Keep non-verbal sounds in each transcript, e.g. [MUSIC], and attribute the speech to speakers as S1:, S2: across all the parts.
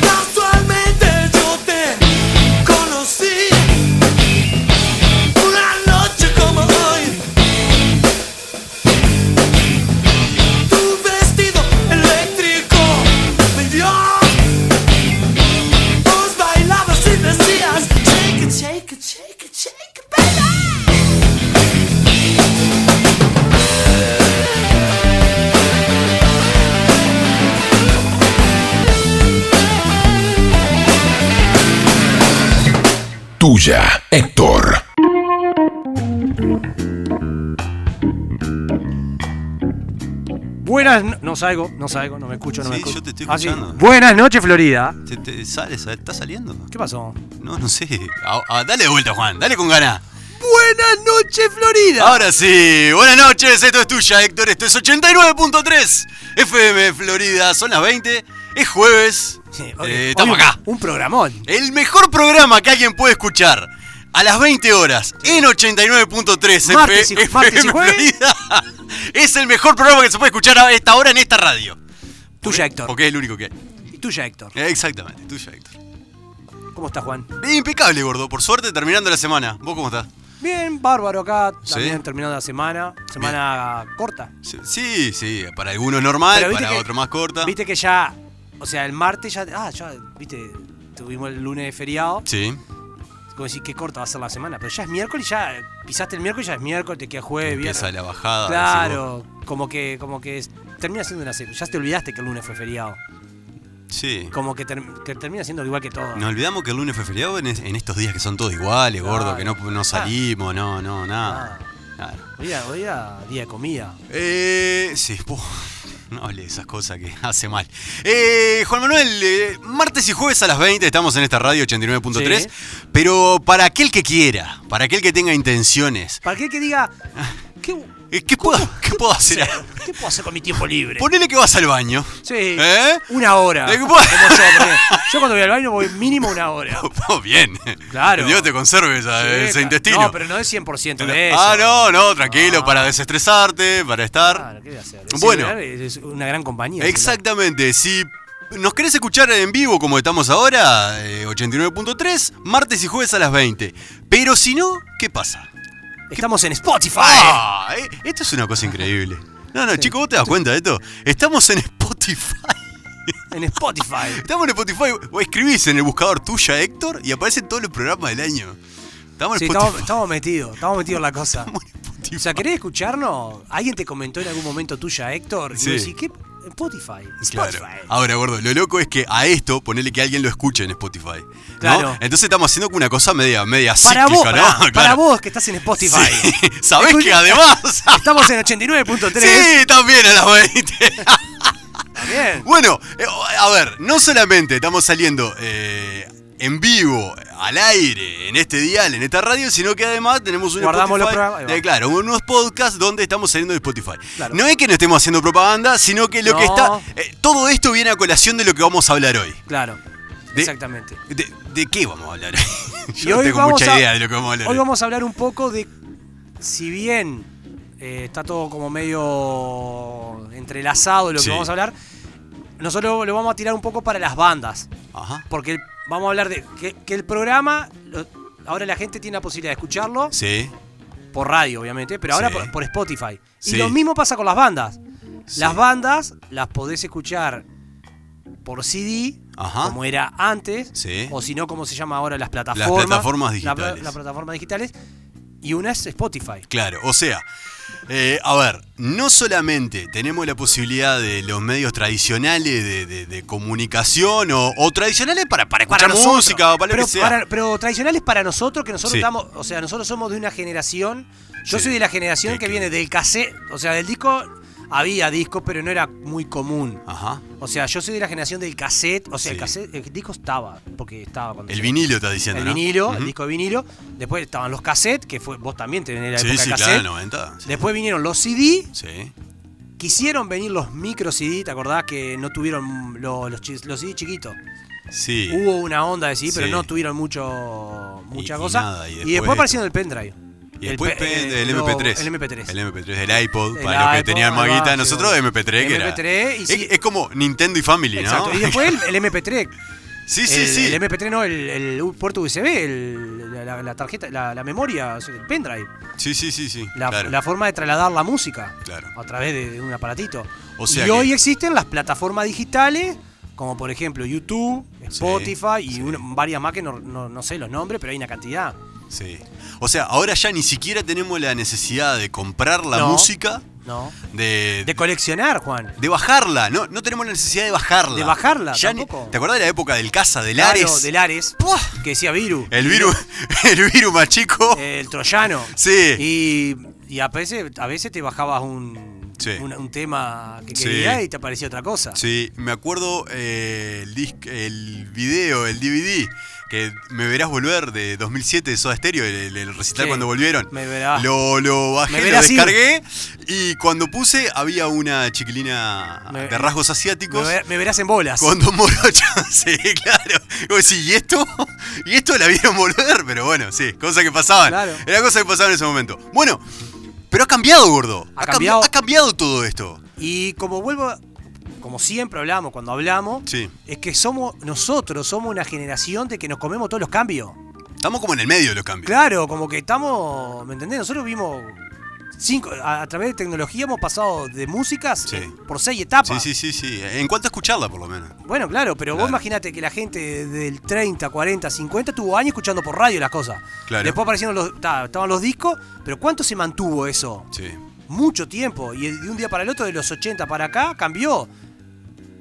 S1: Casualmente yo te conocí una noche como hoy. Tu vestido eléctrico me dio. Vos bailabas y decías shake it, shake it, shake it, shake it, baby.
S2: Tuya, Héctor.
S3: Buenas, no, no salgo, no salgo, no me escucho, no me
S4: Sí,
S3: escucho.
S4: yo te estoy
S3: Ah, sí.
S4: escuchando.
S3: Buenas noches, Florida.
S4: Te, te- sale, sale- ¿Está saliendo?
S3: ¿Qué pasó?
S4: No, no sé. Ah, ah, dale de vuelta, Juan. Dale con ganas.
S3: Buenas noches, Florida.
S4: Ahora sí. Buenas noches. Esto es tuya, Héctor. Esto es 89.3 FM Florida. Son las 20. Es jueves. Eh, estamos acá.
S3: Un programón.
S4: El mejor programa que alguien puede escuchar. A las 20 horas, en 89.3
S3: Martes y-
S4: FM
S3: martes y jueves.
S4: Florida. [LAUGHS] Es el mejor programa que se puede escuchar a esta hora en esta radio.
S3: Tuya, Héctor.
S4: Porque es el único que hay.
S3: Y tuya, Héctor.
S4: Exactamente, tuya, Héctor.
S3: ¿Cómo estás, Juan?
S4: Impecable, gordo. Por suerte, terminando la semana. ¿Vos cómo estás?
S3: Bien, bárbaro acá.
S4: Sí.
S3: También terminando la semana. Semana corta.
S4: Sí, Sí, sí. Para algunos normal,
S3: Pero viste
S4: para
S3: que-
S4: otros más corta.
S3: Viste que ya, o sea, el martes ya, ah, ya, viste, tuvimos el lunes de feriado.
S4: Sí.
S3: Como decir, qué corta va a ser la semana. Pero ya es miércoles, ya eh, pisaste el miércoles, ya es miércoles, te queda jueves, viernes.
S4: Empieza la bajada. Ah, decís
S3: Claro, como que, como que es- termina siendo una serie. Ya te olvidaste que el lunes fue feriado.
S4: vos. Sí.
S3: Como que, ter- que termina siendo igual que todo.
S4: Nos olvidamos que el lunes fue feriado en, es- en estos días que son todos iguales, gordo,
S3: Claro. Ah.
S4: que no, no salimos, no, no, nada. Claro.
S3: Hoy era, hoy era día de comida.
S4: Eh, sí, [LAUGHS] po- no hable de esas cosas que [LAUGHS] hace mal. Eh, Juan Manuel, eh, martes y jueves a las 20 estamos en esta radio 89.3, pero para aquel que quiera, para aquel que tenga intenciones,
S3: Para aquel que diga,
S4: [LAUGHS]
S3: ¿qué,
S4: eh, ¿qué puedo, qué
S3: [LAUGHS]
S4: puedo hacer?
S3: ¿qué puedo hacer con mi tiempo libre?
S4: Ponele que vas al baño.
S3: Sí,
S4: ¿Eh?
S3: una hora.
S4: ¿De qué
S3: Como
S4: puedo-
S3: yo, porque yo cuando voy al baño voy mínimo una
S4: [LAUGHS]
S3: hora.
S4: Oh, bien.
S3: Claro.
S4: Dios te conserve esa-
S3: Sí,
S4: eh, ese
S3: claro.
S4: intestino.
S3: No, pero no es 100% de eso.
S4: ah, no, no, tranquilo,
S3: Ah.
S4: para desestresarte, para estar.
S3: Claro, ¿qué voy a hacer? El
S4: Bueno.
S3: celular Es una gran compañía. el celular.
S4: Exactamente. Si nos querés escuchar en vivo como estamos ahora, eh, 89.3, martes y jueves a las 20. Pero si no, ¿qué pasa?
S3: Estamos en Spotify.
S4: Ah, eh, esto es una cosa increíble. No, no, chicos, ¿vos te das cuenta de esto? Estamos en Spotify. [LAUGHS]
S3: En Spotify.
S4: Estamos en Spotify. Vos escribís en el buscador tuya, Héctor, y aparecen todos los programas del año. Estamos
S3: Sí,
S4: en
S3: estamos,
S4: Spotify.
S3: estamos metidos, estamos metidos en la cosa.
S4: Estamos en Spotify.
S3: O sea, ¿querés escucharnos? ¿Alguien te comentó en algún momento tuya, Héctor? Y
S4: Sí.
S3: vos decís, ¿qué? Spotify.
S4: Claro. Ah,
S3: Spotify.
S4: Ahora, gordo, lo loco es que a esto ponele que alguien lo escuche en Spotify. ¿no?
S3: Claro.
S4: Entonces estamos haciendo una cosa media, media
S3: para vos,
S4: cíclica,
S3: pará,
S4: ¿no? Claro.
S3: para vos que estás en Spotify.
S4: Sí. [LAUGHS] Sabés
S3: Escucha- [LAUGHS]
S4: que además.
S3: Estamos en 89.3.
S4: [LAUGHS] sí, también a las 20.
S3: También.
S4: bueno, eh, a ver, no solamente estamos saliendo eh, en vivo, al aire, en este dial, en esta radio, sino que además tenemos un
S3: Guardamos los
S4: Spotify,
S3: programas, ahí va.
S4: eh, claro, unos podcasts donde estamos saliendo de Spotify.
S3: Claro.
S4: No es que no estemos haciendo propaganda, sino que lo que
S3: No.
S4: está. eh, todo esto viene a colación de lo que vamos a hablar hoy.
S3: Claro,
S4: De-
S3: exactamente.
S4: ¿De, de qué vamos a hablar? [LAUGHS] Yo
S3: Y
S4: no
S3: hoy
S4: tengo
S3: vamos
S4: mucha
S3: a-
S4: idea de lo que vamos a hablar.
S3: Hoy vamos a hablar un poco de, si bien eh, está todo como medio entrelazado lo que
S4: Sí.
S3: vamos a hablar, nosotros lo vamos a tirar un poco para las bandas,
S4: Ajá.
S3: porque el- vamos a hablar de que, que el programa, lo- ahora la gente tiene la posibilidad de escucharlo
S4: Sí.
S3: por radio, obviamente, pero ahora
S4: Sí.
S3: por, por Spotify.
S4: Sí.
S3: Y lo mismo pasa con las bandas.
S4: Sí.
S3: Las bandas las podés escuchar por CD,
S4: Ajá.
S3: como era antes,
S4: Sí.
S3: o si no, como se llama ahora las plataformas.
S4: plataformas
S3: la pla-
S4: digitales.
S3: Las plataformas digitales. Y una es Spotify.
S4: Claro, o sea, eh, a ver, no solamente tenemos la posibilidad de los medios tradicionales de, de- de comunicación o, o tradicionales para, para escuchar
S3: nosotros.
S4: música o para lo
S3: pero,
S4: que sea.
S3: para- pero tradicionales para nosotros, que nosotros
S4: Sí.
S3: estamos, o sea, nosotros somos de una generación. Yo
S4: Sí.
S3: soy de la generación
S4: Sí,
S3: que
S4: que-
S3: viene del cassette, o sea, del disco había discos, pero no era muy común.
S4: Ajá.
S3: O sea, yo soy de la generación del cassette. O sea, el
S4: Sí.
S3: cassette, el disco estaba, porque estaba cuando
S4: El
S3: yo-
S4: vinilo estás diciendo,
S3: El
S4: ¿no?
S3: vinilo,
S4: Ujú.
S3: el disco de vinilo. Después estaban los cassettes, que fue, vos también tenés la
S4: Sí,
S3: época
S4: sí,
S3: de
S4: claro,
S3: cassette.
S4: 90. Sí.
S3: Después vinieron los CD,
S4: Sí.
S3: Quisieron venir los micro CD, ¿te acordás que no tuvieron lo- los, chi- los CD chiquitos?
S4: Sí.
S3: Hubo una onda de CD, pero
S4: Sí.
S3: no tuvieron mucho mucha
S4: Y- y
S3: cosa.
S4: nada, y
S3: y, después,
S4: después esto.
S3: aparecieron el pendrive.
S4: Y después
S3: pe-
S4: pe-
S3: eh,
S4: el,
S3: lo-
S4: MP3.
S3: El MP3.
S4: El MP3, el iPod,
S3: El
S4: para los que
S3: iPod,
S4: tenían más
S3: ahí va,
S4: guita.
S3: sí,
S4: Nosotros
S3: bueno.
S4: MP3, que era.
S3: MP3 y
S4: es,
S3: sí.
S4: es como Nintendo y Family,
S3: Exacto.
S4: ¿no?
S3: Y después el, el MP3.
S4: [LAUGHS] sí, sí,
S3: el,
S4: sí.
S3: el MP3 no, el, el u- puerto USB, el- la- la, la tarjeta, la, la memoria, o sea, el pendrive.
S4: sí, sí, sí, sí.
S3: La,
S4: claro.
S3: la forma de trasladar la música
S4: Claro.
S3: a través de, de un aparatito.
S4: O sea
S3: y
S4: que-
S3: hoy existen las plataformas digitales, como por ejemplo YouTube, Spotify y
S4: sí.
S3: una- varias más que no, no- no sé los nombres, pero hay una cantidad.
S4: Sí. O sea, ahora ya ni siquiera tenemos la necesidad de comprar la
S3: No.
S4: música,
S3: ¿no?
S4: de,
S3: De coleccionar, Juan.
S4: de bajarla. No, no tenemos la necesidad de bajarla.
S3: De bajarla,
S4: Ya ni-
S3: tampoco.
S4: ¿Te acordás de la época del Casa, del
S3: Claro,
S4: Ares?
S3: del Ares. Que decía Viru.
S4: El virus, [LAUGHS] el virus más chico.
S3: eh, El troyano.
S4: Sí.
S3: Y, y a, veces, a veces te bajabas un,
S4: Sí.
S3: un, un tema que
S4: Sí.
S3: querías y te aparecía otra cosa.
S4: Sí, me acuerdo eh, el, disc- el video, el DVD, que me verás volver de 2007 de Soda Stereo, el, el- el recital
S3: Sí,
S4: cuando volvieron.
S3: me verás.
S4: Lo, lo
S3: Me
S4: bajé, lo
S3: verás ir.
S4: descargué y cuando puse había una chiquilina
S3: Me-
S4: de rasgos
S3: Me,
S4: asiáticos.
S3: ver- me verás en bolas.
S4: Con dos morochas, [LAUGHS] sí, claro. Y vos decís, ¿y esto? Y esto la vieron volver, pero bueno, sí, cosas que pasaban.
S3: Claro.
S4: Era cosa que pasaban en ese momento. Bueno, pero ha cambiado, gordo.
S3: Ha
S4: cambi-
S3: cambiado.
S4: ha cambiado todo esto.
S3: Y como vuelvo, a- como siempre hablamos cuando hablamos,
S4: Sí.
S3: es que somos nosotros, somos una generación de que nos comemos todos los cambios.
S4: Estamos como en el medio de los cambios.
S3: Claro, como que estamos, ¿me entendés? Nosotros vimos cinco, a, a través de tecnología hemos pasado de músicas
S4: Sí.
S3: eh, por seis etapas.
S4: Sí, sí, sí, sí. En cuanto a escucharla, por lo menos.
S3: Bueno, claro, pero vos
S4: Claro.
S3: imaginate que la gente del 30, 40, 50 tuvo años escuchando por radio las cosas.
S4: Claro.
S3: Después aparecieron los, ta, estaban los discos, pero ¿cuánto se mantuvo eso?
S4: Sí.
S3: mucho tiempo. Y de un día para el otro, de los 80 para acá, cambió.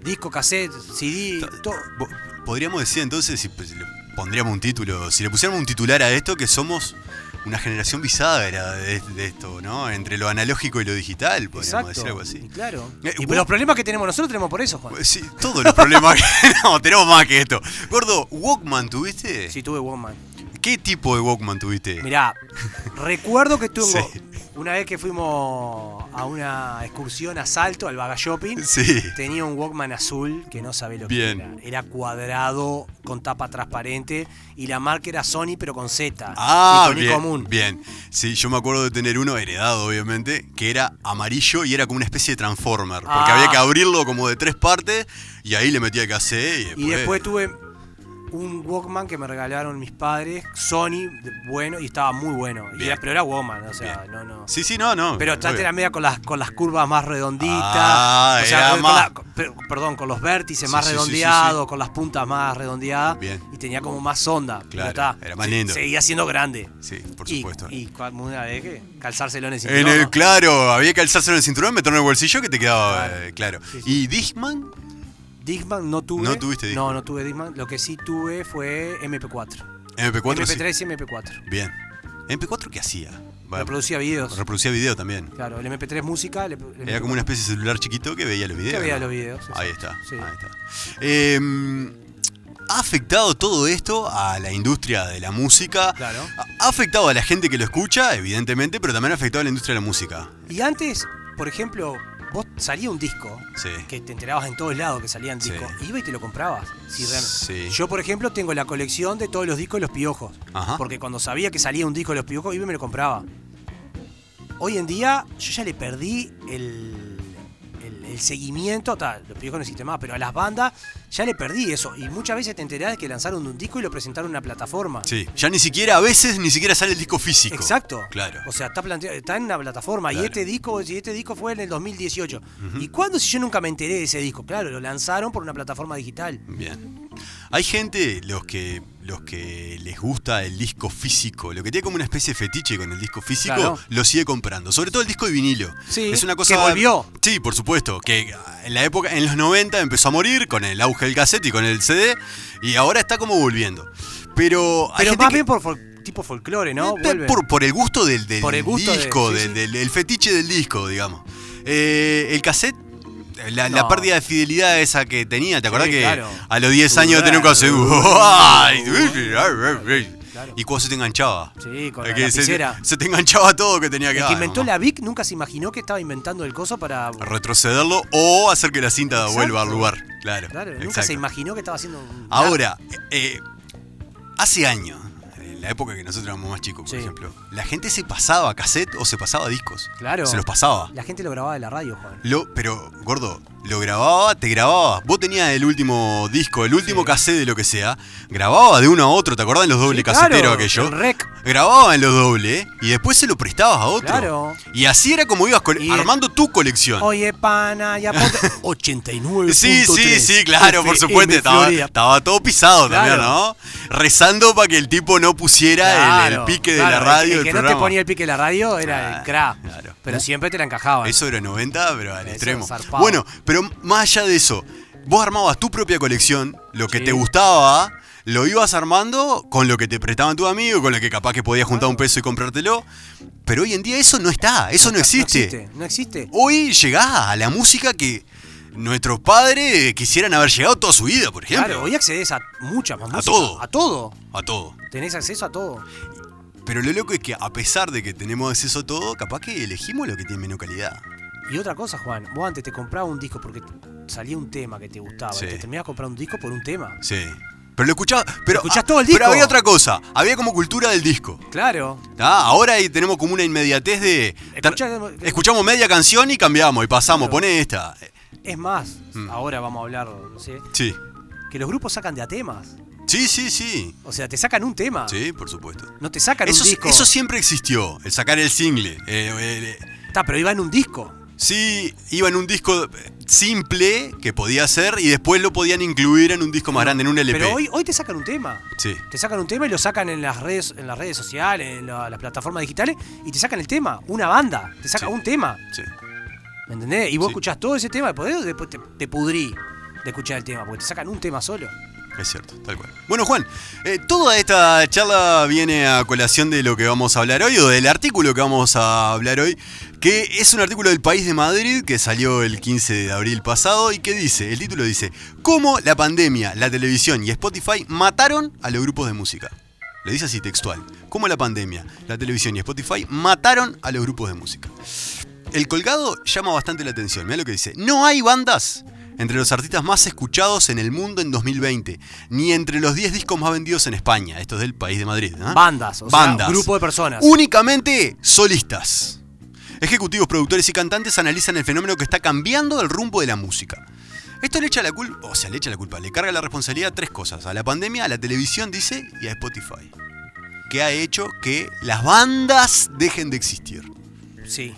S3: Disco, cassette, CD, todo.
S4: Bo- Podríamos decir entonces, si pues, le pondríamos un título, si le pusiéramos un titular a esto, que somos una generación bisagra de, de esto, ¿no? Entre lo analógico y lo digital,
S3: Exacto.
S4: podríamos decir algo así.
S3: Y claro. y
S4: Eh, vos- Pues,
S3: los problemas que tenemos nosotros tenemos por eso, Juan.
S4: Sí, todos los problemas que. [LAUGHS] No, tenemos más que esto. Gordo, ¿Walkman tuviste?
S3: Si tuve Woman.
S4: ¿Qué tipo de Walkman tuviste?
S3: Mirá, recuerdo que tuve
S4: [LAUGHS] Sí.
S3: una vez que fuimos a una excursión a Salto, al Vaga Shopping.
S4: Sí.
S3: Tenía un Walkman azul que no sabe lo
S4: Bien.
S3: que era. Era cuadrado, con tapa transparente. Y la marca era Sony, pero con Z.
S4: Ah,
S3: y con I
S4: bien,
S3: común.
S4: bien. Sí, yo me acuerdo de tener uno heredado, obviamente, que era amarillo y era como una especie de transformer. Porque
S3: Ah.
S4: había que abrirlo como de tres partes y ahí le metía cassette y después...
S3: Y después tuve un Walkman que me regalaron mis padres, Sony, de- bueno, y estaba muy bueno. Y
S4: Bien.
S3: era- pero era Walkman, o sea, no, no.
S4: Sí, sí, no, no.
S3: Pero
S4: está
S3: esta era media con las, con las curvas más redonditas.
S4: Ah,
S3: o sea,
S4: era
S3: con
S4: más-
S3: la- con- pero- perdón, con los vértices
S4: Sí,
S3: más
S4: sí, sí, sí,
S3: redondeados,
S4: sí.
S3: con las puntas más redondeadas.
S4: Bien.
S3: Y tenía como más onda. pero
S4: Claro,
S3: está,
S4: era más
S3: se-
S4: lindo.
S3: Seguía siendo grande.
S4: Sí, por
S3: Y-
S4: supuesto.
S3: Y, cua- una vez que calzárselo en el
S4: en
S3: cinturón,
S4: el,
S3: ¿no?
S4: claro, había que alzarse en el cinturón, meterlo en el bolsillo que te quedaba
S3: Claro.
S4: eh, claro.
S3: Sí, sí.
S4: ¿Y Discman?
S3: Discman no tuve.
S4: No tuviste Discman.
S3: No, no tuve Discman. Lo que sí tuve fue MP4.
S4: MP4. sí.
S3: MP3 y MP4.
S4: Bien. ¿MP4 qué hacía? Va,
S3: Reproducía videos.
S4: reproducía video también.
S3: Claro, el MP3 música. el MP3
S4: Era como una especie de celular chiquito que veía los videos.
S3: veía
S4: ¿no?
S3: los videos, sí,
S4: ahí
S3: sí.
S4: está.
S3: Sí.
S4: Ahí está. Eh, ¿Ha afectado todo esto a la industria de la música?
S3: Claro.
S4: Ha- Ha afectado a la gente que lo escucha, evidentemente, pero también ha afectado a la industria de la música.
S3: Y antes, por ejemplo, vos salía un disco
S4: Sí.
S3: que te enterabas en todos lados que salían
S4: Sí.
S3: discos. Iba y te lo comprabas. Si real-
S4: Sí.
S3: Yo, por ejemplo, tengo la colección de todos los discos de los piojos.
S4: Ajá.
S3: Porque cuando sabía que salía un disco de los piojos, iba y me lo compraba. Hoy en día, yo ya le perdí el, el- el seguimiento. Tal, los piojos no existen más, pero a las bandas ya le perdí eso. Y muchas veces te enterás de que lanzaron un disco y lo presentaron en una plataforma.
S4: Sí. Ya ni siquiera, a veces, ni siquiera sale el disco físico.
S3: Exacto.
S4: Claro.
S3: O sea, está planteado, está en una plataforma y
S4: Claro.
S3: este disco, y este disco fue en el 2018. ¿Y cuándo si yo nunca me enteré de ese disco? Claro, lo lanzaron por una plataforma digital.
S4: Bien. Hay gente, los que, los que les gusta el disco físico, lo que tiene como una especie de fetiche con el disco físico,
S3: Claro.
S4: lo sigue comprando. Sobre todo el disco de vinilo.
S3: Sí,
S4: es una cosa.
S3: que volvió.
S4: Sí, por supuesto. Que en la época, en los 90 empezó a morir con el auge del cassette y con el CD. Y ahora está como volviendo. Pero hay
S3: Pero
S4: gente
S3: más
S4: que-
S3: bien por fol- tipo folclore, ¿no?
S4: eh,
S3: Vuelve.
S4: Por, por el gusto del, del
S3: Por el gusto de-
S4: disco,
S3: sí,
S4: del,
S3: sí.
S4: del- el fetiche del disco, digamos. Eh, el cassette, la, la
S3: No.
S4: pérdida de fidelidad esa que tenía, ¿te acordás
S3: Sí,
S4: que
S3: claro.
S4: a los 10 años tenía un cassette? [LAUGHS] Ay, Y cuando se te enganchaba.
S3: Sí, con
S4: Eh,
S3: la
S4: que se,
S3: lapicera.
S4: se te enganchaba todo que tenía que
S3: El que
S4: ah,
S3: inventó
S4: mamá.
S3: la Vic nunca se imaginó que estaba inventando el coso para.
S4: Retrocederlo o hacer que la cinta
S3: Exacto.
S4: vuelva al lugar. Claro.
S3: Claro, nunca
S4: exacto.
S3: se imaginó que estaba haciendo un.
S4: Ahora, eh, hace años, en la época que nosotros éramos más chicos, por
S3: Sí.
S4: ejemplo, la gente se pasaba cassette o se pasaba discos.
S3: Claro.
S4: Se los pasaba.
S3: La gente lo grababa de la radio, Juan.
S4: Lo, pero, gordo, lo grababa, te grababa. Vos tenías el último disco, el último cassette de lo que sea. Grababa de uno a otro, ¿te acordás en los doble
S3: Sí,
S4: caseteros
S3: claro,
S4: aquello?
S3: el rec.
S4: Grababa en los doble y después se lo prestabas a otro.
S3: Claro.
S4: Y así era como ibas cole-
S3: Y-
S4: armando tu colección.
S3: Oye, pana, ya
S4: [LAUGHS]
S3: ponte. 89.
S4: Sí, sí, sí, claro, por
S3: Este,
S4: supuesto. Estaba, estaba todo pisado también,
S3: Claro.
S4: ¿no? Rezando para que el tipo no pusiera el- el, pique de la radio.
S3: El,
S4: del
S3: que no te
S4: programa.
S3: ponía el pique de la radio era
S4: Ah,
S3: el cra.
S4: claro.
S3: Pero siempre te la encajaban.
S4: Eso era 90, pero al
S3: Eso
S4: extremo.
S3: zarpado.
S4: Bueno, pero más allá de eso, vos armabas tu propia colección, lo que
S3: Sí.
S4: te gustaba, lo ibas armando con lo que te prestaban tus amigos, con lo que capaz que podías juntar un peso y comprártelo. Pero hoy en día eso no está, eso no existe.
S3: No existe. No existe.
S4: Hoy llegás a la música que nuestros padres quisieran haber llegado toda su vida, por ejemplo.
S3: Claro, hoy accedes a muchas más
S4: A
S3: música,
S4: todo.
S3: A todo.
S4: A todo.
S3: Tenés acceso a todo.
S4: Pero lo loco es que a pesar de que tenemos acceso a todo, capaz que elegimos lo que tiene menos calidad.
S3: Y otra cosa, Juan, vos antes te comprabas un disco porque salía un tema que te gustaba.
S4: Sí.
S3: y Te terminabas comprando un disco por un tema.
S4: Sí. Pero lo escuchás, pero, ah,
S3: Escuchás todo el
S4: Pero
S3: disco.
S4: había otra cosa, había como cultura del disco.
S3: Claro.
S4: ¿tá? Ahora ahí tenemos como una inmediatez de... tar-
S3: Escuchá-
S4: escuchamos media canción y cambiamos, y pasamos,
S3: Claro.
S4: pone esta. Eh,
S3: Es más,
S4: Mm.
S3: ahora vamos a hablar, no sé,
S4: Sí,
S3: que los grupos sacan de a temas.
S4: sí, sí, sí.
S3: O sea, te sacan un tema.
S4: Sí, por supuesto.
S3: No te sacan
S4: Eso,
S3: un disco.
S4: eso siempre existió, el sacar el single. Eh, eh, eh,
S3: Está, pero iba en un disco.
S4: sí, iba en un disco simple que podía ser y después lo podían incluir en un disco más grande, en un LP.
S3: Pero hoy, hoy te sacan un tema.
S4: Sí.
S3: Te sacan un tema y lo sacan en las redes, en las redes sociales, en la- las plataformas digitales, y te sacan el tema, una banda, te saca
S4: Sí.
S3: un tema.
S4: Sí.
S3: ¿Me entendés? Y vos
S4: Sí.
S3: escuchás todo ese tema, después, después te, te pudrí de escuchar el tema, porque te sacan un tema solo.
S4: Es cierto, tal cual. Bueno, Juan, eh, toda esta charla viene a colación de lo que vamos a hablar hoy, o del artículo que vamos a hablar hoy, que es un artículo del País de Madrid que salió el 15 de abril pasado y que dice, el título dice, ¿Cómo la pandemia, la televisión y Spotify mataron a los grupos de música? Lo dice así textual. ¿Cómo la pandemia, la televisión y Spotify mataron a los grupos de música? El colgado llama bastante la atención. Mira lo que dice. No hay bandas entre los artistas más escuchados en el mundo en 2020, ni entre los 10 discos más vendidos en España. Esto es del país de Madrid. ¿no?
S3: Bandas, o sea, grupo de personas.
S4: Únicamente solistas. Ejecutivos, productores y cantantes analizan el fenómeno que está cambiando el rumbo de la música. Esto le echa la culpa, o sea, le echa la culpa, le carga la responsabilidad a tres cosas: a la pandemia, a la televisión, dice, y a Spotify. Que ha hecho que las bandas dejen de existir.
S3: Sí,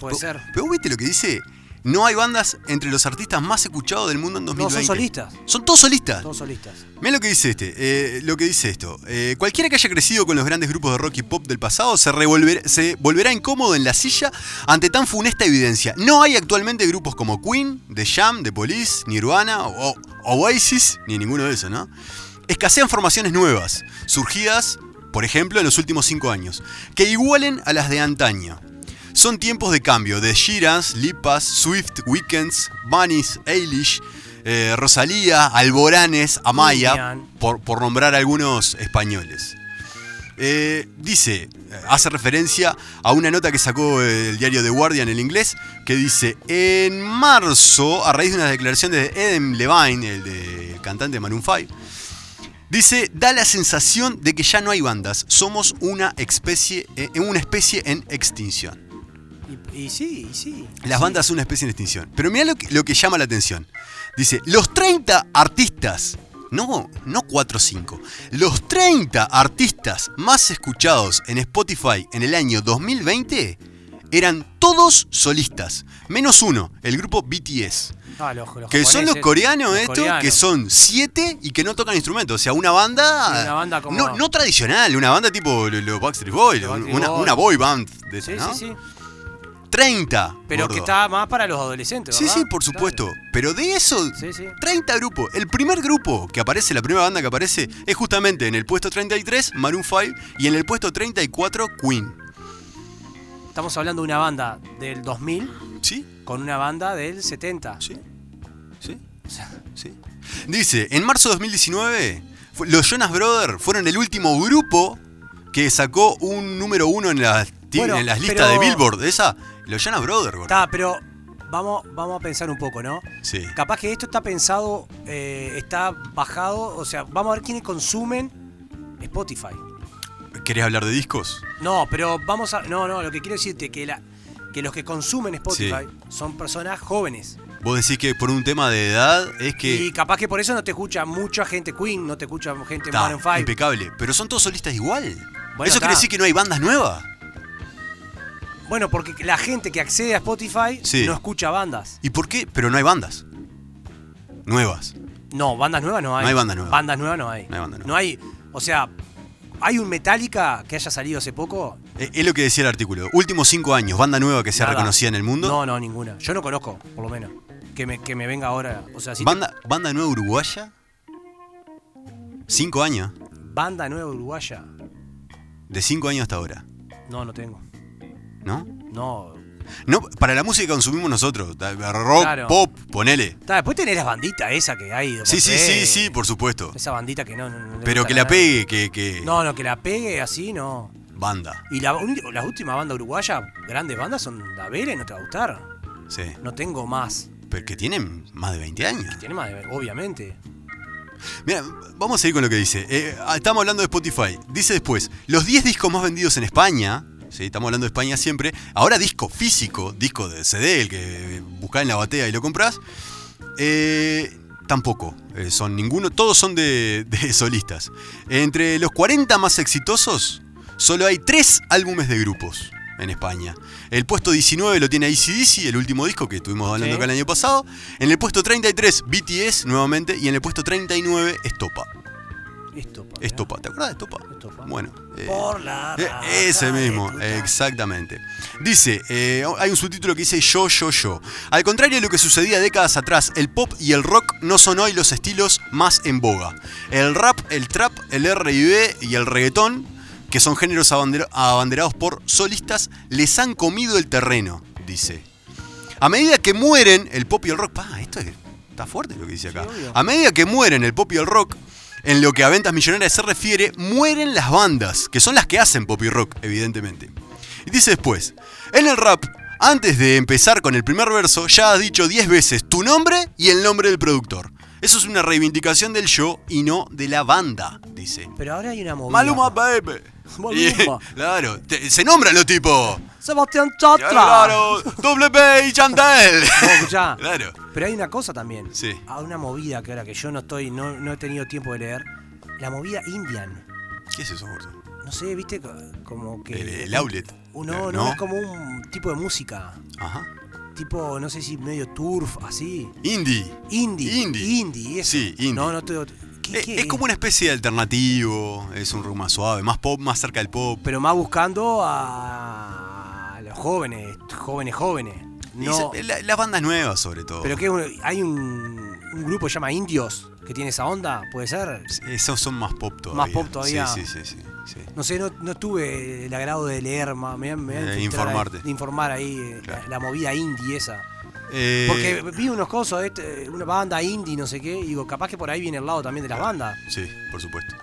S3: puede
S4: Pero-
S3: ser.
S4: Pero vos viste lo que dice. No hay bandas entre los artistas más escuchados del mundo en 2020.
S3: son solistas.
S4: Son todos solistas.
S3: Todos solistas.
S4: Mira lo que dice este, eh, lo que dice esto. Eh, cualquiera que haya crecido con los grandes grupos de rock y pop del pasado se, revolver- se volverá incómodo en la silla ante tan funesta evidencia. No hay actualmente grupos como Queen, The Jam, The Police, Nirvana o o Oasis, ni ninguno de esos, ¿no? Escasean formaciones nuevas, surgidas, por ejemplo, en los últimos cinco años, que igualen a las de antaño. Son tiempos de cambio de Sheerans, Lipas, Swift, Weekends, Bunnies, Eilish, eh, Rosalía, Alboranes, Amaya,
S3: Ian.
S4: por, por nombrar algunos españoles. Eh, dice, eh, hace referencia a una nota que sacó eh, el diario The Guardian en inglés, que dice, en marzo, a raíz de una declaración de Edem Levine, el, de, el cantante de Maroon 5, Dice, da la sensación de que ya no hay bandas, somos una especie, eh, una especie en extinción.
S3: Y, y sí, y sí.
S4: Las bandas son una especie en extinción. Pero mirá lo que, lo que llama la atención. Dice, los 30 artistas, no, no 4 o 5, los 30 artistas más escuchados en Spotify en el año 2020 eran todos solistas, menos uno, el grupo BTS.
S3: Ah, los- los
S4: Que son los
S3: japoneses,
S4: coreanos
S3: los
S4: estos,
S3: coreanos.
S4: que son siete y que no tocan instrumentos. O sea, una banda.
S3: Una banda como-
S4: no, no tradicional, una banda tipo los los Backstreet Boys,
S3: Los Backstreet
S4: una,
S3: Boys.
S4: una boy band de
S3: Sí,
S4: esas, ¿no?
S3: sí, sí.
S4: 30.
S3: Pero
S4: gordo.
S3: que está más para los adolescentes,
S4: Sí,
S3: ¿verdad?
S4: sí, por supuesto. Pero de eso,
S3: Sí, sí.
S4: 30 grupos. El primer grupo que aparece, la primera banda que aparece, es justamente en el puesto 33, Maroon 5, y en el puesto 34, Queen.
S3: Claro. Estamos hablando de una banda del 2000
S4: ¿Sí?
S3: con una banda del 70.
S4: Sí. Sí. Sí. Dice, en marzo de 2019, fu- los Jonas Brothers fueron el último grupo que sacó un número uno en las, ti-
S3: Bueno,
S4: en las listas
S3: pero-
S4: de Billboard. Esa, los Jonas Brothers, gordo.
S3: Está, pero vamos, vamos a pensar un poco, ¿no?
S4: Sí.
S3: Capaz que esto está pensado, eh, está bajado, o sea, vamos a ver quiénes consumen Spotify.
S4: ¿Querés hablar de discos?
S3: No, pero vamos a. No, no, lo que quiero decirte que la. Que los que consumen Spotify son personas jóvenes.
S4: Vos decís que por un tema de edad es que...
S3: Y capaz que por eso no te escucha mucha gente Queen, no te escucha gente
S4: Está,
S3: Maroon 5.
S4: impecable. Pero son todos solistas igual.
S3: Bueno,
S4: ¿Eso quiere
S3: está.
S4: decir que no hay bandas nuevas?
S3: Bueno, porque la gente que accede a Spotify
S4: Sí.
S3: no escucha bandas.
S4: ¿Y por qué? Pero no hay bandas. Nuevas.
S3: No, bandas nuevas no hay.
S4: No hay bandas nuevas.
S3: Bandas nuevas no hay.
S4: No hay bandas nuevas.
S3: o sea, hay un Metallica que haya salido hace poco.
S4: Eh, Es lo que decía el artículo. Últimos cinco años, banda nueva que sea
S3: Nada.
S4: reconocida en el mundo.
S3: No, no, ninguna. Yo no conozco, por lo menos. Que me, que me venga ahora. O sea, si te-
S4: banda, banda nueva uruguaya. Cinco años.
S3: banda nueva uruguaya.
S4: De cinco años hasta ahora.
S3: No, no tengo.
S4: ¿No?
S3: No.
S4: No, para la música que consumimos nosotros. da- Rock,
S3: Claro.
S4: pop, ponele.
S3: Ta, después tenés las banditas esas que hay. de
S4: Sí, sí,
S3: Monterrey.
S4: sí, sí, por supuesto.
S3: Esa bandita que no. no- no le
S4: Pero
S3: gusta
S4: que
S3: a
S4: la
S3: nadie.
S4: pegue, que, que.
S3: No, no, que la pegue así, no.
S4: Banda.
S3: Y la, un- las últimas bandas uruguayas, grandes bandas, son la Vela y no te va a gustar.
S4: Sí.
S3: No tengo más.
S4: Pero que tienen más de 20 años.
S3: Tiene más, de- obviamente.
S4: Mira, vamos a seguir con lo que dice. Eh, estamos hablando de Spotify. Dice después, los 10 discos más vendidos en España, ¿sí? estamos hablando de España siempre, ahora disco físico, disco de CD, el que buscás en la batea y lo comprás, eh, tampoco eh, son ninguno, todos son de, de [LAUGHS] solistas. Entre los 40 más exitosos, solo hay 3 álbumes de grupos en España. El puesto 19 lo tiene ACDC, el último disco que estuvimos hablando
S3: Sí.
S4: acá el año pasado. En el puesto 33, BTS nuevamente. Y en el puesto 39, Estopa.
S3: Estopa. mirá.
S4: Estopa, ¿te acuerdas de Estopa?
S3: Estopa.
S4: Bueno. eh,
S3: Por la.
S4: eh,
S3: raza
S4: ese
S3: de
S4: mismo,
S3: tu ta-
S4: exactamente. Dice, eh, hay un subtítulo que dice yo, yo, yo. Al contrario de lo que sucedía décadas atrás, el pop y el rock no son hoy los estilos más en boga. El rap, el trap, el R&B y el reggaetón, que son géneros abandera- abanderados por solistas, les han comido el terreno, dice. A medida que mueren el pop y el rock, pa, esto es- está fuerte lo que dice acá.
S3: obvio.
S4: a medida que mueren el pop y el rock, en lo que a ventas millonarias se refiere, mueren las bandas, que son las que hacen pop y rock, evidentemente. Y dice después, en el rap, antes de empezar con el primer verso, ya has dicho 10 veces tu nombre y el nombre del productor. Eso es una reivindicación del yo y no de la banda, dice.
S3: Pero ahora hay una movida.
S4: Maluma, baby.
S3: Maluma.
S4: Y- [LAUGHS] claro, te- se nombran los tipos.
S3: Sebastián Chatra.
S4: Claro, doble B y Chantel.
S3: No, escuchá.
S4: Claro.
S3: Pero hay una cosa también.
S4: Sí.
S3: A una movida que ahora que yo no estoy, no, no he tenido tiempo de leer. La movida Indian.
S4: ¿Qué es eso, gordo?
S3: No sé, viste, Co- como que.
S4: El, el outlet.
S3: Eh, Un- No, no,
S4: Eh,
S3: es como un tipo de música.
S4: Ajá.
S3: Tipo, no sé si medio turf, así.
S4: Indie.
S3: Indie.
S4: Indie.
S3: Indie, eso.
S4: Sí, indie.
S3: No, no te. ¿qué-
S4: Eh,
S3: qué
S4: es como una especie de alternativo, es un rumbo más suave, más pop, más cerca del pop.
S3: Pero más buscando a los jóvenes, jóvenes, jóvenes.
S4: Y
S3: No,
S4: se- la- las bandas nuevas, sobre todo.
S3: pero que un- hay un, un grupo que se llama Indios que tiene esa onda, puede ser.
S4: Esos son más pop todavía.
S3: Más pop todavía.
S4: Sí, sí, sí. sí, sí.
S3: No sé, no, no tuve el agrado de leer, ma- me, me voy a
S4: Eh,
S3: infiltrar
S4: informarte.
S3: ahí, de informar ahí eh,
S4: Claro.
S3: la, la movida indie esa.
S4: Eh,
S3: Porque vi unos cosos, este, una banda indie, no sé qué, y digo, capaz que por ahí viene el lado también de las bandas.
S4: Sí, por supuesto.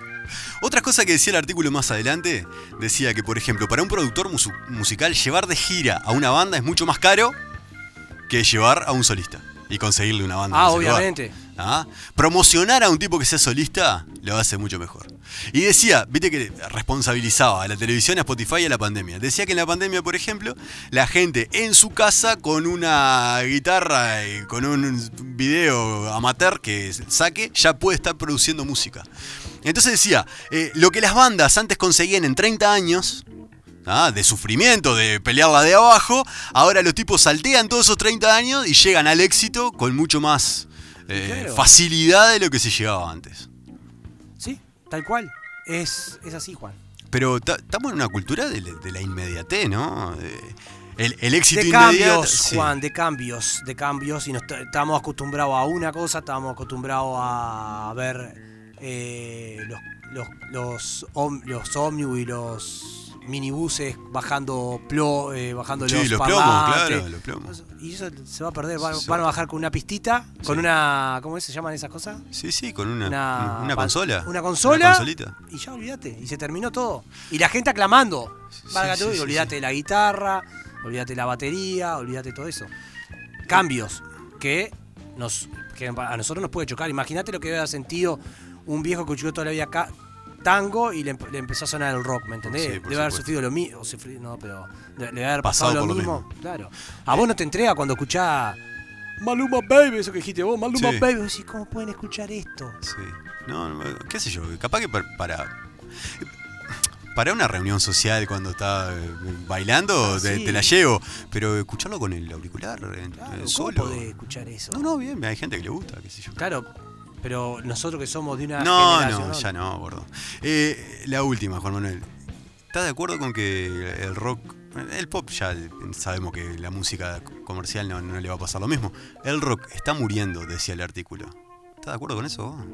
S4: Otra cosa que decía el artículo más adelante, decía que, por ejemplo, para un productor musu- musical llevar de gira a una banda es mucho más caro que llevar a un solista y conseguirle una banda. en
S3: Ah,
S4: ese lugar.
S3: obviamente.
S4: ¿Ah? Promocionar a un tipo que sea solista lo hace mucho mejor. Y decía, viste que responsabilizaba a la televisión, a Spotify y a la pandemia. Decía que en la pandemia, por ejemplo, la gente en su casa con una guitarra y con un video amateur que saque, ya puede estar produciendo música. Entonces decía, eh, lo que las bandas antes conseguían en 30 años, Ah, de sufrimiento, de pelearla de abajo. Ahora los tipos saltean todos esos 30 años y llegan al éxito con mucho más eh,
S3: Claro.
S4: facilidad de lo que se llegaba antes.
S3: Sí, tal cual. Es, es así, Juan.
S4: Pero ta- estamos en una cultura de, la- de la inmediatez, ¿no? De- el, el éxito
S3: de
S4: inmediato.
S3: cambios,
S4: sí.
S3: Juan, de cambios, de cambios. Y nos t- estamos acostumbrados a una cosa, estamos acostumbrados a ver eh, los, los, los, om- los ómnibus y los minibuses bajando plo, eh, bajando
S4: Sí,
S3: los,
S4: los plomos,
S3: parlantes.
S4: claro, los plomos.
S3: Y eso se va a perder, van,
S4: Sí.
S3: van a bajar con una pistita, con
S4: Sí.
S3: una ¿cómo es? se llaman esas cosas?
S4: Sí, sí, con una,
S3: Una,
S4: una,
S3: pan-
S4: consola.
S3: Una consola.
S4: consolita.
S3: Y ya olvídate, y se terminó todo. Y la gente aclamando.
S4: Sí,
S3: Válgate,
S4: sí,
S3: y
S4: sí,
S3: olvídate
S4: sí.
S3: de la guitarra, olvídate de la batería, olvídate de todo eso. Cambios que nos que a nosotros nos puede chocar. Imagínate lo que hubiera sentido un viejo que escuchó toda la vida acá tango y le, em- le empezó a sonar el rock, ¿me entendés?
S4: Sí, por
S3: debe haber
S4: supuesto.
S3: sufrido lo mismo, no, pero le, le debe haber pasado,
S4: Pasado
S3: lo,
S4: por lo
S3: mismo. Claro. A vos no te entrega cuando escuchás Maluma Baby, eso que dijiste vos, Maluma
S4: Sí.
S3: Baby, vos decís, ¿cómo pueden escuchar esto?
S4: Sí. No, no, qué sé yo, capaz que par- para. Para una reunión social cuando está eh, bailando, te,
S3: Ah, sí.
S4: te la llevo. Pero escucharlo con el auricular, en-
S3: Claro,
S4: en
S3: ¿cómo
S4: solo.
S3: podés escuchar eso?
S4: No, no, bien, hay gente que le gusta, qué sé yo.
S3: Claro, pero nosotros que somos de una
S4: No,
S3: generación...
S4: no, ya no, gordo. Eh, la última, Juan Manuel. ¿Estás de acuerdo con que el rock, el pop, ya sabemos que la música comercial no, no le va a pasar lo mismo? El rock está muriendo, decía el artículo. ¿Estás de acuerdo con eso? vos?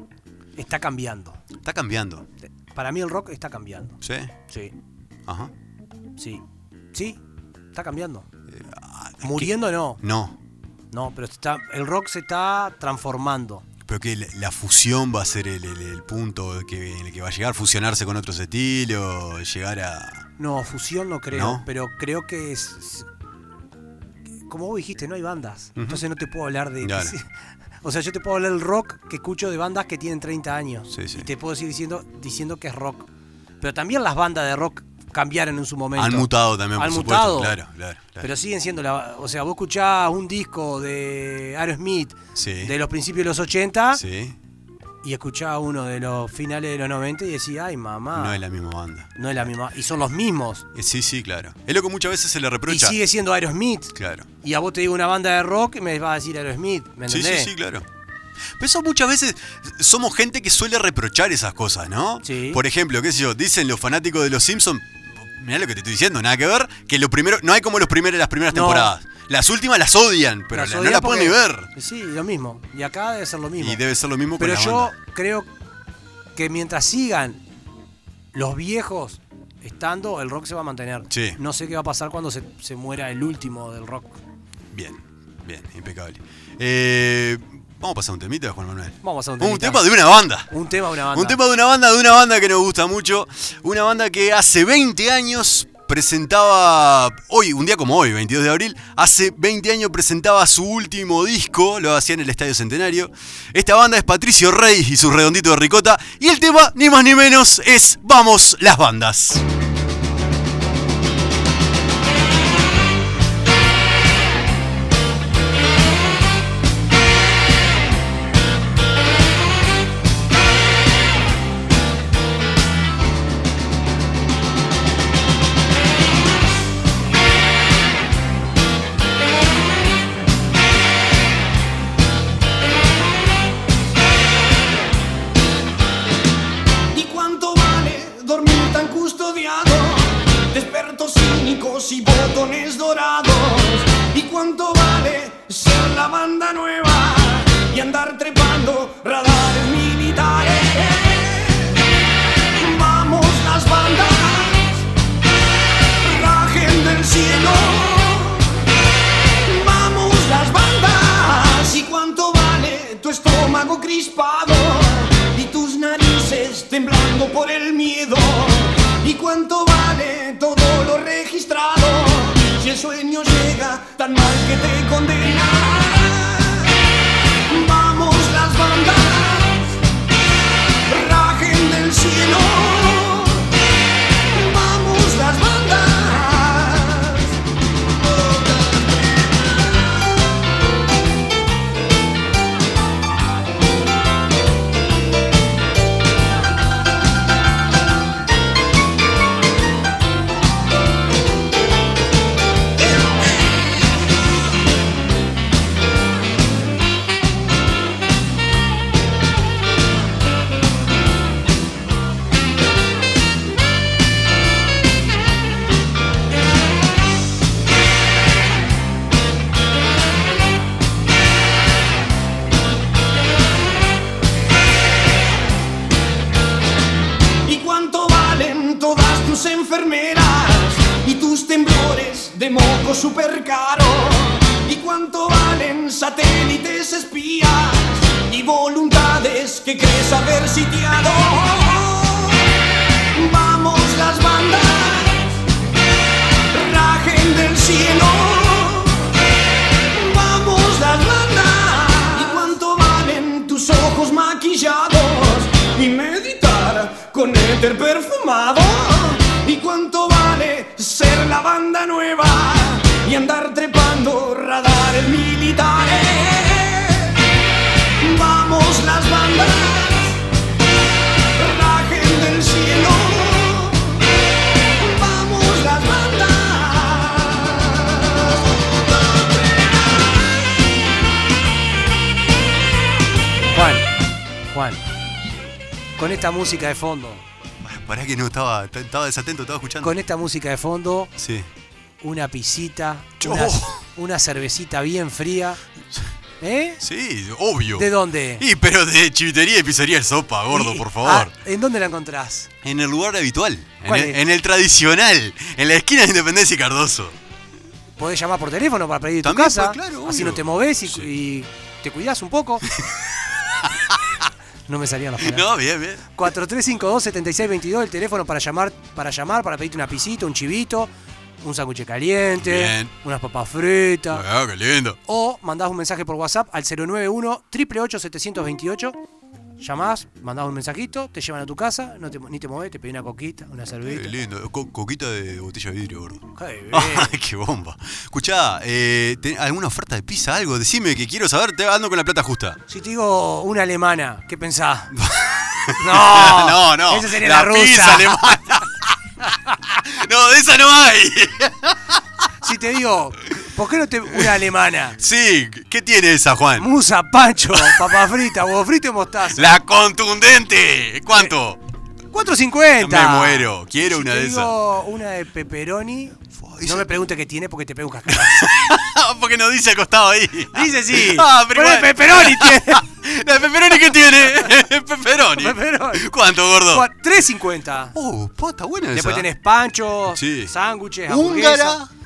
S3: Está cambiando.
S4: Está cambiando,
S3: Para mí el rock está cambiando.
S4: ¿sí?
S3: Sí,
S4: Ajá.
S3: sí. Sí, está cambiando.
S4: Eh, ah, es
S3: Muriendo no,
S4: No,
S3: no, pero está, el rock se está transformando.
S4: pero que la, la fusión va a ser el, el- el punto que, en el que va a llegar, fusionarse con otros estilos, llegar a...
S3: No, fusión no creo,
S4: ¿No?
S3: pero creo que es... es- Como vos dijiste, no hay bandas.
S4: Ujú.
S3: Entonces no te puedo hablar de...
S4: Dale.
S3: [LAUGHS] o sea, yo te puedo hablar del rock que escucho de bandas que tienen 30 años.
S4: Sí, sí.
S3: Y te puedo seguir diciendo, diciendo que es rock. Pero también las bandas de rock cambiaron en su momento.
S4: Han mutado también, por
S3: Han
S4: supuesto.
S3: mutado.
S4: Claro, claro. claro.
S3: Pero siguen siendo la. O sea, vos escuchás un disco de Aerosmith
S4: sí,
S3: de los principios de los 80
S4: sí,
S3: y escuchás uno de los finales de los 90 y decís, ay mamá,
S4: no es la misma banda.
S3: misma. Y son los mismos.
S4: Eh, Sí, sí, claro. Es lo que muchas veces se le
S3: y
S4: reprocha.
S3: sigue siendo Aerosmith.
S4: Claro.
S3: Y a vos te digo una banda de rock y me vas a decir Aerosmith. ¿Me
S4: Sí,
S3: entendés?
S4: sí, sí, claro. Pero eso muchas veces somos gente que suele reprochar esas cosas, ¿no?
S3: Sí.
S4: Por ejemplo, qué sé yo, dicen los fanáticos de los Simpsons, mirá lo que te estoy diciendo, nada que ver, que lo primero, no hay como los primeros, las primeras
S3: No.
S4: temporadas. Las últimas las odian, pero
S3: Las
S4: la- no
S3: odias
S4: las pueden ni
S3: porque-
S4: ver.
S3: Sí, lo mismo. Y acá debe ser lo mismo.
S4: Y debe ser lo mismo con
S3: Pero
S4: la
S3: yo
S4: banda.
S3: creo que mientras sigan los viejos estando, el rock se va a mantener.
S4: Sí.
S3: No sé qué va a pasar cuando se, se muera el último del rock.
S4: Bien, bien, impecable. Eh, vamos a pasar un temita, Juan Manuel.
S3: Vamos a hacer un
S4: Un
S3: temita.
S4: tema de una banda.
S3: Un tema de una banda.
S4: Un tema de una banda, de una banda que nos gusta mucho. Una banda que hace 20 años presentaba, hoy, un día como hoy, 22 de abril, hace 20 años presentaba su último disco, lo hacía en el Estadio Centenario. Esta banda es Patricio Rey y su redondito de ricota. Y el tema, ni más ni menos, es Vamos las bandas.
S5: ¿Y cuánto vale dormir tan custodiado? Despertos cínicos y botones dorados. ¿Y cuánto vale ser la banda nueva y andar trepando radares militares? Vamos las bandas, rajen del cielo. Vamos las bandas y cuánto vale tu estómago crispado y tus narices temblando por el miedo y cuánto vale todo lo registrado si el sueño llega tan mal que te condena. Vamos las bandas. caras y tus temblores de moco super caro. ¿Y cuánto valen satélites espías y voluntades que crees haber sitiado? Vamos las bandas, rajen del cielo. Vamos las bandas ¿Y cuánto valen tus ojos maquillados? Y meditar con éter perfumado ¿Y cuánto vale ser la banda nueva? Y andar trepando radares militares Vamos las bandas Rajen del cielo Vamos las bandas
S3: Juan, Juan, con esta música de fondo,
S4: Pará que no estaba, estaba desatento, estaba escuchando.
S3: con esta música de fondo,
S4: Sí.
S3: una pisita,
S4: Yo.
S3: una, una cervecita bien fría. ¿Eh?
S4: Sí, obvio.
S3: ¿De dónde?
S4: Y pero de chivitería y pizzería el sopa, gordo,
S3: Y-
S4: por
S3: ah,
S4: favor.
S3: ¿En dónde la encontrás?
S4: En el lugar habitual, en
S3: ¿Cuál
S4: el,
S3: es?
S4: en el tradicional, en la esquina de Independencia y Cardoso.
S3: Podés llamar por teléfono para pedir tu
S4: También,
S3: casa.
S4: pues, claro,
S3: así
S4: obvio.
S3: no te moves y,
S4: Sí.
S3: y te cuidás un
S4: [LAUGHS]
S3: poco. no me salían las palabras.
S4: No, bien, bien.
S3: 4352-7622, el teléfono para llamar, para llamar, para pedirte una pisita, un chivito, un sándwich caliente,
S4: Bien.
S3: unas papas fritas.
S4: Ah, qué lindo.
S3: O mandás un mensaje por WhatsApp al 091 888 728 Llamás, mandás un mensajito, te llevan a tu casa, no te, ni te mueves, te pedí una coquita, una
S4: Qué
S3: cerveza.
S4: lindo. Co- coquita de botella de vidrio, gordo.
S3: Qué bien.
S4: [LAUGHS] Ay, qué bomba. Escuchá, eh, ¿ten- ¿alguna oferta de pizza? Algo, decime que quiero saber, te ando con la plata justa.
S3: Si te digo una alemana, ¿qué
S4: [LAUGHS]
S3: pensás? no,
S4: no, no.
S3: Esa sería la, rusa.
S4: pizza alemana. [LAUGHS] no, de esa no hay.
S3: Si te digo, ¿por qué no te una alemana?
S4: sí, ¿qué tiene esa, Juan?
S3: Musa, pancho, papa frita, huevo frito y mostaza.
S4: La contundente. ¿Cuánto?
S3: Eh. 4.50.
S4: Me muero. Quiero
S3: Si
S4: una
S3: te
S4: de esas.
S3: digo una de pepperoni.
S4: esa-
S3: No me pregunte qué tiene porque te pego un cascazo.
S4: [LAUGHS] Porque no dice acostado ahí.
S3: Dice sí.
S4: [LAUGHS] Ah, pero
S3: Ponle
S4: igual. [LAUGHS]
S3: pepperoni tiene.
S4: ¿La de pepperoni
S3: [LAUGHS]
S4: qué tiene? [LAUGHS] pepperoni.
S3: Pepperoni.
S4: ¿Cuánto, gordo?
S3: Cua- 3.50.
S4: Oh, po, está buena esa.
S3: Después tenés panchos,
S4: Sí.
S3: sándwiches,
S4: Húngara.
S3: hamburguesas.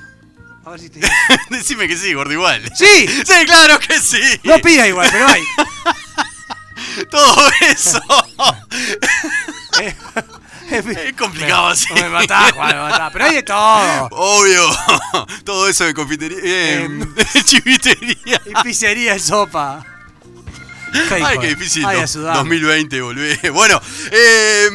S3: A ver si te digo.
S4: [LAUGHS] Decime que sí, gordo, igual.
S3: Sí.
S4: [LAUGHS] Sí, claro que sí.
S3: No pida igual, pero hay.
S4: Todo eso. [LAUGHS]
S3: [LAUGHS] En fin.
S4: Es complicado así.
S3: Me matás, Juan, me matás. Pero hay de todo.
S4: Obvio. [LAUGHS] Todo eso de confitería. Eh, [LAUGHS]
S3: Em.
S4: chivitería.
S3: Y pizzería en sopa.
S4: Ay, qué difícil.
S3: Ay,
S4: ¿no?
S3: a sudar.
S4: 2020, volvé. [LAUGHS] Bueno, eh,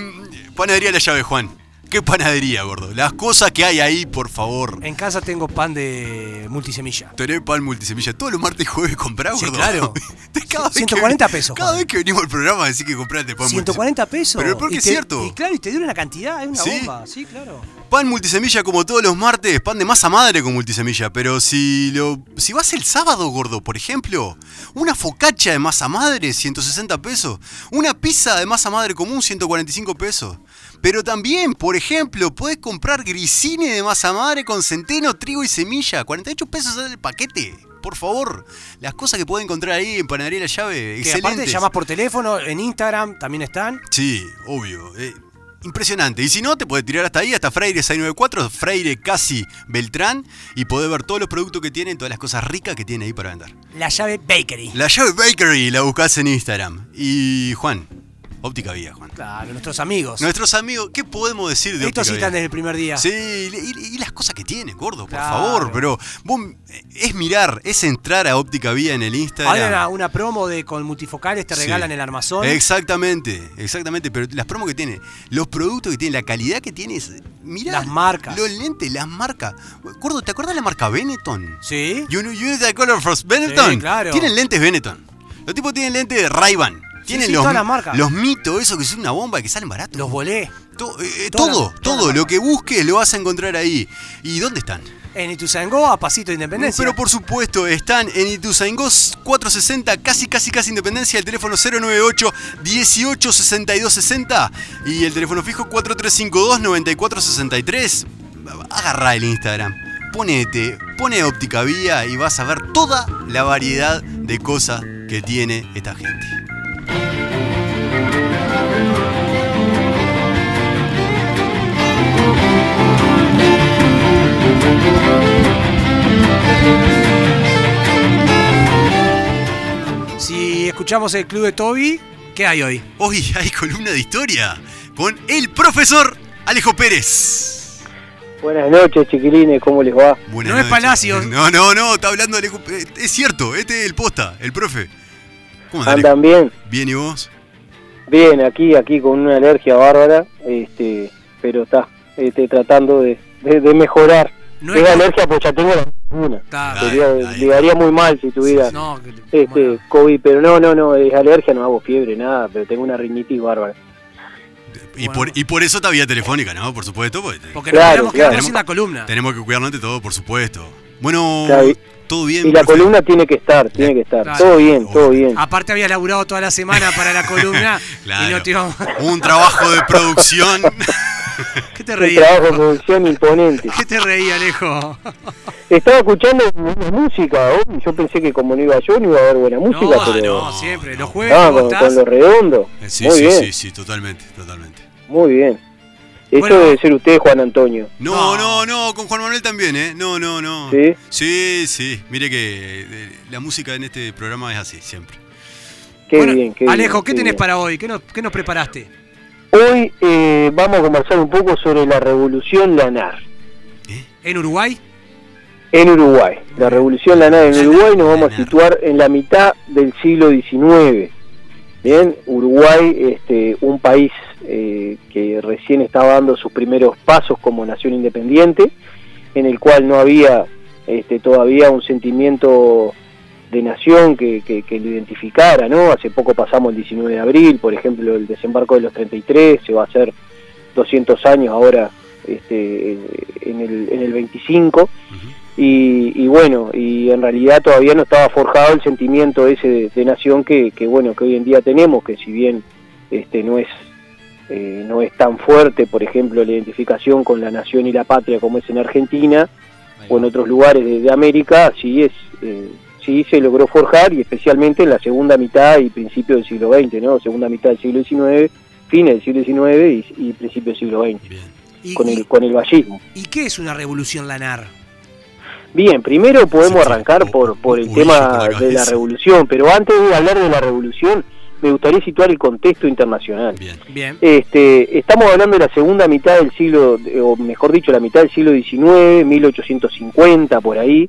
S4: panadería La Llave, Juan. ¿Qué panadería, gordo? Las cosas que hay ahí, por favor.
S3: En casa tengo pan de multisemilla.
S4: Tener pan multisemilla todos los martes y jueves comprás,
S3: Sí,
S4: gordo.
S3: claro.
S4: [LAUGHS] Te- cada vez que
S3: 140
S4: ven-
S3: pesos,
S4: Cada
S3: Juan.
S4: vez que venimos al programa decís que compraste pan multisemilla.
S3: 140 pesos.
S4: Pero porque
S3: Y
S4: es
S3: te-
S4: cierto.
S3: Y claro, y te dura una cantidad, es una
S4: Sí.
S3: bomba. Sí, claro.
S4: Pan multisemilla como todos los martes, pan de masa madre con multisemilla, pero si lo si vas el sábado, gordo, por ejemplo, una focacha de masa madre 160 pesos, una pizza de masa madre común 145 pesos. Pero también, por ejemplo, podés comprar grisine de masa madre con centeno, trigo y semilla, 48 pesos sale el paquete. Por favor, las cosas que podés encontrar ahí en Panadería La Llave,
S3: Que aparte
S4: excelentes.
S3: llamas por teléfono, en Instagram también están.
S4: Sí, obvio. eh, impresionante. Y si no, te podés tirar hasta ahí, hasta Freire 694, Freire Casi Beltrán, y podés ver todos los productos que tienen, todas las cosas ricas que tienen ahí para vender.
S3: La llave Bakery.
S4: La llave Bakery la buscás en Instagram. Y Juan, óptica vía, Juan.
S3: Claro, nuestros amigos.
S4: Nuestros amigos, ¿qué podemos decir de
S3: Estos sí
S4: óptica
S3: están
S4: vía?
S3: desde el primer día.
S4: Sí, y, y- y las cosas que tienen, gordo, por
S3: Claro.
S4: favor, pero vos, eh, es mirar, es entrar a óptica vía en el Instagram.
S3: Ahora una, una promo de con multifocales te
S4: Sí.
S3: regalan el armazón.
S4: Exactamente, exactamente. Pero las promos que tiene, los productos que tiene, la calidad que tiene, es- mirá.
S3: Las marcas.
S4: Los lentes, las marcas. Gordo, ¿te acuerdas la marca Benetton?
S3: Sí.
S4: You, know- you know the color from Benetton.
S3: Sí, claro.
S4: Tienen lentes Benetton. Los tipos tienen lentes de Ray-Ban. Tienen
S3: sí,
S4: los,
S3: todas las marcas.
S4: los mitos, eso que son una bomba y que salen baratos.
S3: Los volé.
S4: To- eh, eh,
S3: todas
S4: todo,
S3: las- todas
S4: todo.
S3: las
S4: Lo
S3: marcas.
S4: que busques lo vas a encontrar ahí. ¿Y dónde están?
S3: En Ituzaingó a Pasito de Independencia.
S4: Pero por supuesto, están en Ituzaingó 460, casi, casi, casi Independencia, el teléfono 098 18 62 60 y el teléfono fijo 4352 9463. Agarra el Instagram, ponete, pone óptica vía y vas a ver toda la variedad de cosas que tiene esta gente.
S3: escuchamos el club de Toby. ¿Qué hay hoy?
S4: Hoy hay columna de historia con el profesor Alejo Pérez.
S6: Buenas noches, chiquilines, ¿cómo les va?
S4: Buenas
S3: No es
S4: noches.
S3: Palacios.
S4: [LAUGHS] No, no, no, está hablando Alejo Pérez. eh, Es cierto, este es el posta, el profe. ¿Cómo andás, Alejo?
S6: ¿Andan bien?
S4: Bien, ¿y vos?
S6: Bien, aquí, aquí con una alergia bárbara, este, pero está, este, tratando de, de- de mejorar.
S3: No
S6: es
S3: es-
S6: alergia, pues ya tengo la vacuna.
S3: Está-
S4: Ay,
S6: Sería-
S4: ay.
S6: le daría muy mal si tuviera
S3: no, que-
S6: este,
S3: bueno.
S6: COVID, pero no, no, no, es alergia, no hago fiebre, nada, pero tengo una rinitis bárbara.
S4: Y,
S3: Bueno.
S4: por, y por eso está vía telefónica, ¿no? Por supuesto, porque te-
S3: Porque
S6: Claro,
S3: nos tenemos que
S6: claro.
S3: quedarnos en la columna.
S4: tenemos que cuidarnos ante todo, por supuesto. Bueno,
S6: Está bien.
S4: todo bien.
S6: Y la
S4: profe? [LAUGHS]
S6: columna tiene que estar, tiene que estar.
S3: Claro.
S6: Todo bien, todo bien.
S3: Aparte habías laburado toda la semana para la
S4: [LAUGHS]
S3: columna y no
S4: Claro.
S3: te íbamos-
S4: Un trabajo de
S6: [LAUGHS]
S4: producción.
S3: [LAUGHS] ¿Qué te
S6: Un
S3: reías?
S6: trabajo de producción imponente.
S3: [LAUGHS] ¿Qué te reías, Alejo?
S6: Estaba escuchando buena música hoy, yo pensé que como no iba yo, no iba a haber buena música,
S3: No,
S6: pero...
S3: no, siempre. Los jueves
S6: Ah,
S3: vos
S6: con,
S3: estás- Eh,
S6: con lo redondo.
S4: Sí,
S6: muy
S4: sí,
S6: bien,
S4: sí, sí, totalmente, totalmente.
S6: muy bien. Eso
S3: Bueno.
S6: debe ser usted, Juan Antonio.
S4: No,
S3: No.
S4: no, no, con Juan Manuel también, ¿eh? No, no, no.
S6: ¿Sí?
S4: Sí, sí. Mire que eh, la música en este programa es así, siempre.
S6: Qué
S3: Bueno,
S6: bien, qué
S3: Alejo,
S6: bien,
S3: ¿qué
S6: qué
S3: tenés
S6: bien.
S3: para hoy? ¿Qué nos, qué nos preparaste?
S6: Hoy eh, vamos a conversar un poco sobre la revolución lanar
S4: ¿Eh?
S3: ¿En Uruguay?
S6: en Uruguay. La revolución lanar en Uruguay nos vamos a situar en la mitad del siglo XIX. Bien, Uruguay, este, un país eh, que recién estaba dando sus primeros pasos como nación independiente, en el cual no había este, todavía un sentimiento de nación que, que- que lo identificara, ¿no? Hace poco pasamos el 19 de abril, por ejemplo, el desembarco de los 33, se va a hacer 200 años ahora este, en, el, en el 25, y, y bueno, y en realidad todavía no estaba forjado el sentimiento ese de, de nación que, que, bueno, que hoy en día tenemos, que si bien este, no es... eh, no es tan fuerte, por ejemplo, la identificación con la nación y la patria como es en Argentina, o en otros lugares de, de América, sí es, eh, sí se logró forjar y especialmente en la segunda mitad y principio del siglo XX, ¿no? Segunda mitad del siglo XIX, fines del siglo XIX y, y principio del siglo XX,
S4: Bien.
S3: ¿Y,
S6: con
S3: y-
S6: el, con el vallismo.
S3: y qué es una revolución lanar?
S6: Bien, primero podemos
S4: Sí, sí,
S6: arrancar
S4: un-
S6: por, por
S4: un
S6: el
S4: cubillo
S6: tema
S4: por la
S6: de la
S4: cabeza.
S6: revolución, pero antes de hablar de la revolución, me gustaría situar el contexto internacional.
S4: Bien.
S3: Bien.
S6: Este, estamos hablando de la segunda mitad del siglo, o mejor dicho, la mitad del siglo XIX, 1850, por ahí.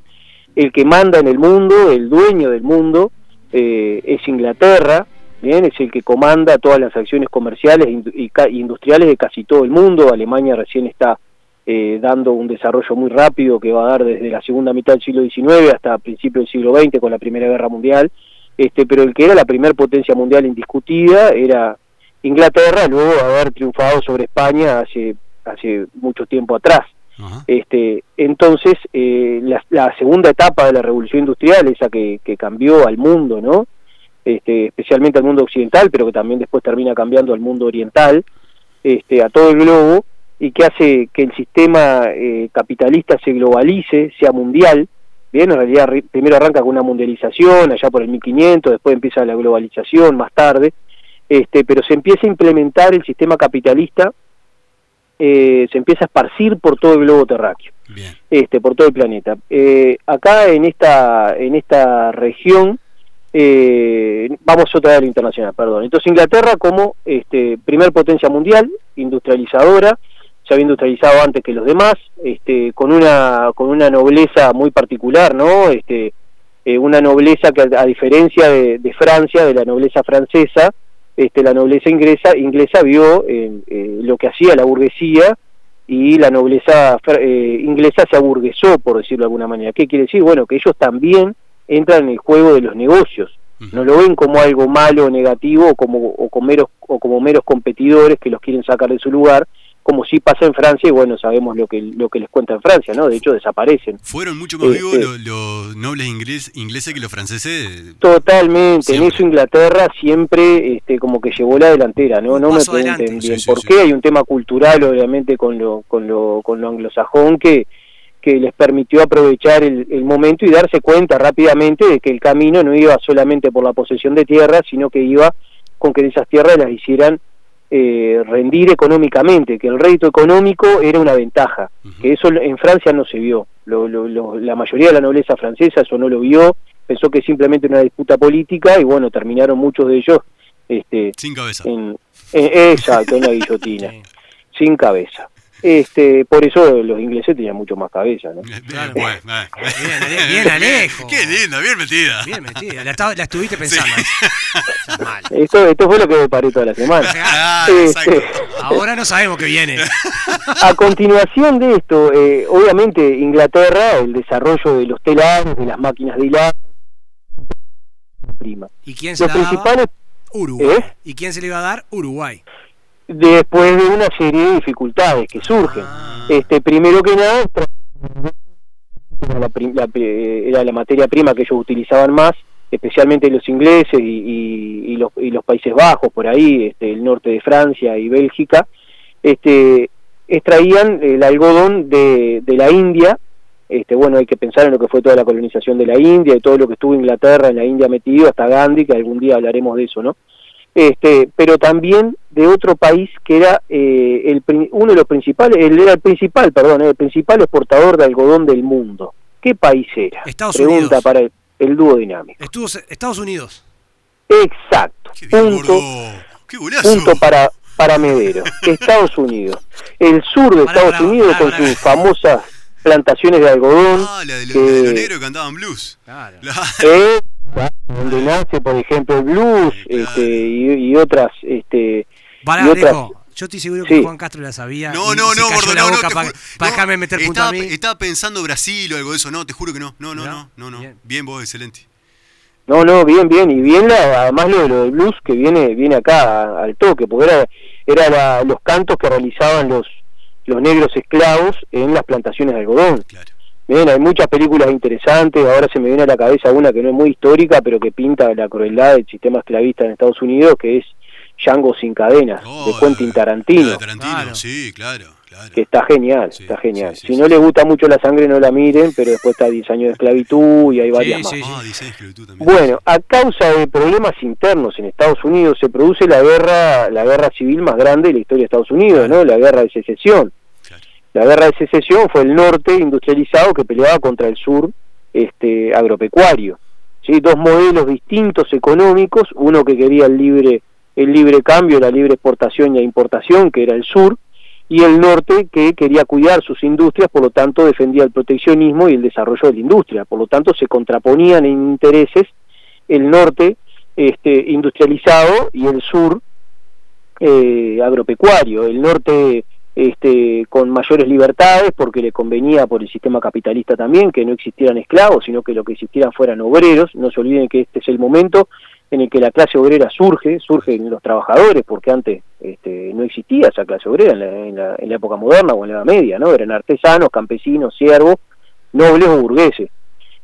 S6: El que manda en el mundo, el dueño del mundo, eh, es Inglaterra, ¿bien? es el que comanda todas las acciones comerciales e indu- y ca- industriales de casi todo el mundo. Alemania recién está eh, dando un desarrollo muy rápido que va a dar desde la segunda mitad del siglo XIX hasta principios del siglo XX con la Primera Guerra Mundial. Este, pero el que era la primer potencia mundial indiscutida era Inglaterra, luego de haber triunfado sobre España hace, hace mucho tiempo atrás.
S4: Ajá.
S6: Este, entonces, eh, la, la segunda etapa de la revolución industrial, esa que, que cambió al mundo, ¿no? Este, especialmente al mundo occidental, pero que también después termina cambiando al mundo oriental, este, a todo el globo, y que hace que el sistema eh, capitalista se globalice, sea mundial. Bien, en realidad ri- primero arranca con una mundialización, allá por el 1500, después empieza la globalización más tarde, este, pero se empieza a implementar el sistema capitalista, eh, se empieza a esparcir por todo el globo terráqueo
S4: Bien.
S6: este, por todo el planeta. Eh, acá en esta, en esta región, eh, vamos otra vez a lo internacional, perdón. Entonces Inglaterra como este, primer potencia mundial, industrializadora, se había industrializado antes que los demás, este, con, una, con una nobleza muy particular, ¿no? Este, eh, una nobleza que a, a diferencia de, de Francia, de la nobleza francesa, este, la nobleza inglesa, inglesa vio eh, eh, lo que hacía la burguesía y la nobleza fr- eh, inglesa se aburguesó, por decirlo de alguna manera. ¿Qué quiere decir? Bueno, que ellos también entran en el juego de los negocios. No lo ven como algo malo o negativo o como, o, con meros, o como meros competidores que los quieren sacar de su lugar, como sí pasa en Francia, y bueno, sabemos lo que, lo que les cuenta en Francia, ¿no? De hecho, desaparecen.
S4: Fueron mucho más
S6: Eh,
S4: vivos
S6: eh.
S4: los, los nobles ingles- ingleses que los franceses.
S6: Totalmente, en
S4: Siempre.
S6: eso Inglaterra siempre este, como que llevó la delantera, ¿no?
S3: Un
S6: no me
S3: paso
S6: pregunten
S3: adelante.
S6: bien
S4: Sí, sí,
S6: por
S4: sí.
S6: qué, hay un tema cultural obviamente con lo, con lo, con lo anglosajón que, que les permitió aprovechar el, el momento y darse cuenta rápidamente de que el camino no iba solamente por la posesión de tierras, sino que iba con que de esas tierras las hicieran eh, rendir económicamente, que el rédito económico era una ventaja,
S4: Ujú.
S6: que eso en Francia no se vio. Lo- lo- lo- la mayoría de la nobleza francesa eso no lo vio, pensó que simplemente era una disputa política y bueno, terminaron muchos de ellos este,
S4: Sin cabeza.
S6: en, en- exacto, en la
S4: [LAUGHS]
S6: guillotina,
S3: Sí.
S6: sin cabeza. Este, por eso los ingleses tenían mucho más cabeza,
S4: [LAUGHS]
S6: ¿no?
S4: Eh,
S3: Claro.
S4: bueno, eh.
S3: Bien, Ale- bien, Alejo.
S4: Qué linda, bien metida.
S3: Bien metida, la, estaba- la estuviste
S4: [LAUGHS]
S3: pensando. Estás mal.
S6: Esto, esto fue lo que me paré toda la semana.
S4: [LAUGHS] Ah,
S6: Este,
S4: exacto.
S3: Ahora no sabemos qué viene.
S6: a continuación de esto, eh, obviamente Inglaterra, el desarrollo de los telares, de las máquinas de hilar, prima.
S3: ¿Y quién se
S6: Los
S3: la daba?
S6: principales,
S3: Uruguay.
S6: ¿Eh?
S3: ¿Y quién se le iba a dar? Uruguay.
S6: después de una serie de dificultades que surgen.
S3: Ah,
S6: Este, primero que nada, tra- era la, prim- la pri- era la materia prima que ellos utilizaban más, especialmente los ingleses y, y- y los, y los Países Bajos, por ahí, este, el norte de Francia y Bélgica, este, extraían el algodón de, de la India. Este, bueno, hay que pensar en lo que fue toda la colonización de la India y todo lo que estuvo Inglaterra en la India metido, hasta Gandhi, que algún día hablaremos de eso, ¿no? este, pero también de otro país que era eh, el, pri- uno de los principales, el, era el principal, perdón, eh, el principal exportador de algodón del mundo. ¿Qué país era?
S3: Estados
S6: Pregunta
S3: Unidos.
S6: para el, el dúo dinámico.
S3: estuvo- Estados Unidos.
S6: Exacto.
S4: Qué bien,
S6: Punto,
S4: gordo. Qué [LAUGHS] golazo.
S6: punto para, para Medero. Estados Unidos. El sur de
S3: Pará,
S6: Estados
S3: pará,
S6: Unidos
S3: pará,
S6: con
S3: pará.
S6: sus famosas plantaciones de algodón.
S4: Ah, la de los,
S6: que-
S4: la de los negros que cantaban blues.
S3: Claro.
S4: La-
S6: Eh, donde nace, por ejemplo, el blues
S4: Sí, claro.
S6: este, y, y otras... Este,
S3: Pará,
S6: y otras-
S3: Alejo. Yo estoy seguro que
S6: Sí.
S3: Juan Castro la sabía.
S4: [LAUGHS] No,
S3: y
S4: no,
S3: se
S4: no,
S3: cayó
S4: gordo,
S3: la
S4: no, no,
S3: boca
S4: te
S3: pa-
S4: juro-
S3: pa'
S4: no,
S3: dejarme meter punto
S4: estaba,
S3: a mí.
S4: estaba pensando Brasil o algo de eso. No, te juro que no. No, no, no,
S3: ¿No?
S4: no, no. Bien,
S3: Bien.
S4: vos, excelente.
S6: No, no, bien, bien, y bien, la- además lo, de lo del blues que viene viene acá a- al toque, porque era, era la- los cantos que realizaban los, los negros esclavos en las plantaciones de algodón.
S4: Claro.
S6: Bien, hay muchas películas interesantes, ahora se me viene a la cabeza una que no es muy histórica, pero que pinta la crueldad del sistema esclavista en Estados Unidos, que es Django sin cadenas,
S4: Oh,
S6: de Quentin
S4: la-
S6: Tarantino,
S4: la de Tarantino,
S3: Claro.
S4: sí, claro, claro.
S6: que está genial,
S4: Sí,
S6: está genial.
S4: sí, sí,
S6: si
S4: sí.
S6: no le gusta mucho la sangre, no la miren, pero después está 10 años de esclavitud y hay varias más.
S3: sí,
S4: Ah, dice esclavitud también.
S6: Bueno, a causa de problemas internos en Estados Unidos se produce la guerra, la guerra civil más grande de la historia de Estados Unidos, ¿no? La guerra de secesión.
S4: Claro.
S6: La guerra de secesión fue el norte industrializado que peleaba contra el sur este, agropecuario. ¿sí? Dos modelos distintos económicos, uno que quería el libre, el libre cambio, la libre exportación y la importación, que era el sur, y el norte que quería cuidar sus industrias, por lo tanto defendía el proteccionismo y el desarrollo de la industria. Por lo tanto se contraponían en intereses el norte este, industrializado y el sur eh, agropecuario, el norte este, con mayores libertades porque le convenía por el sistema capitalista también que no existieran esclavos, sino que lo que existieran fueran obreros. No se olviden que este es el momento en el que la clase obrera surge, surge en los trabajadores, porque antes este, no existía esa clase obrera en la, en la- en la época moderna o en la Edad Media, ¿no? Eran artesanos, campesinos, siervos, nobles o burgueses.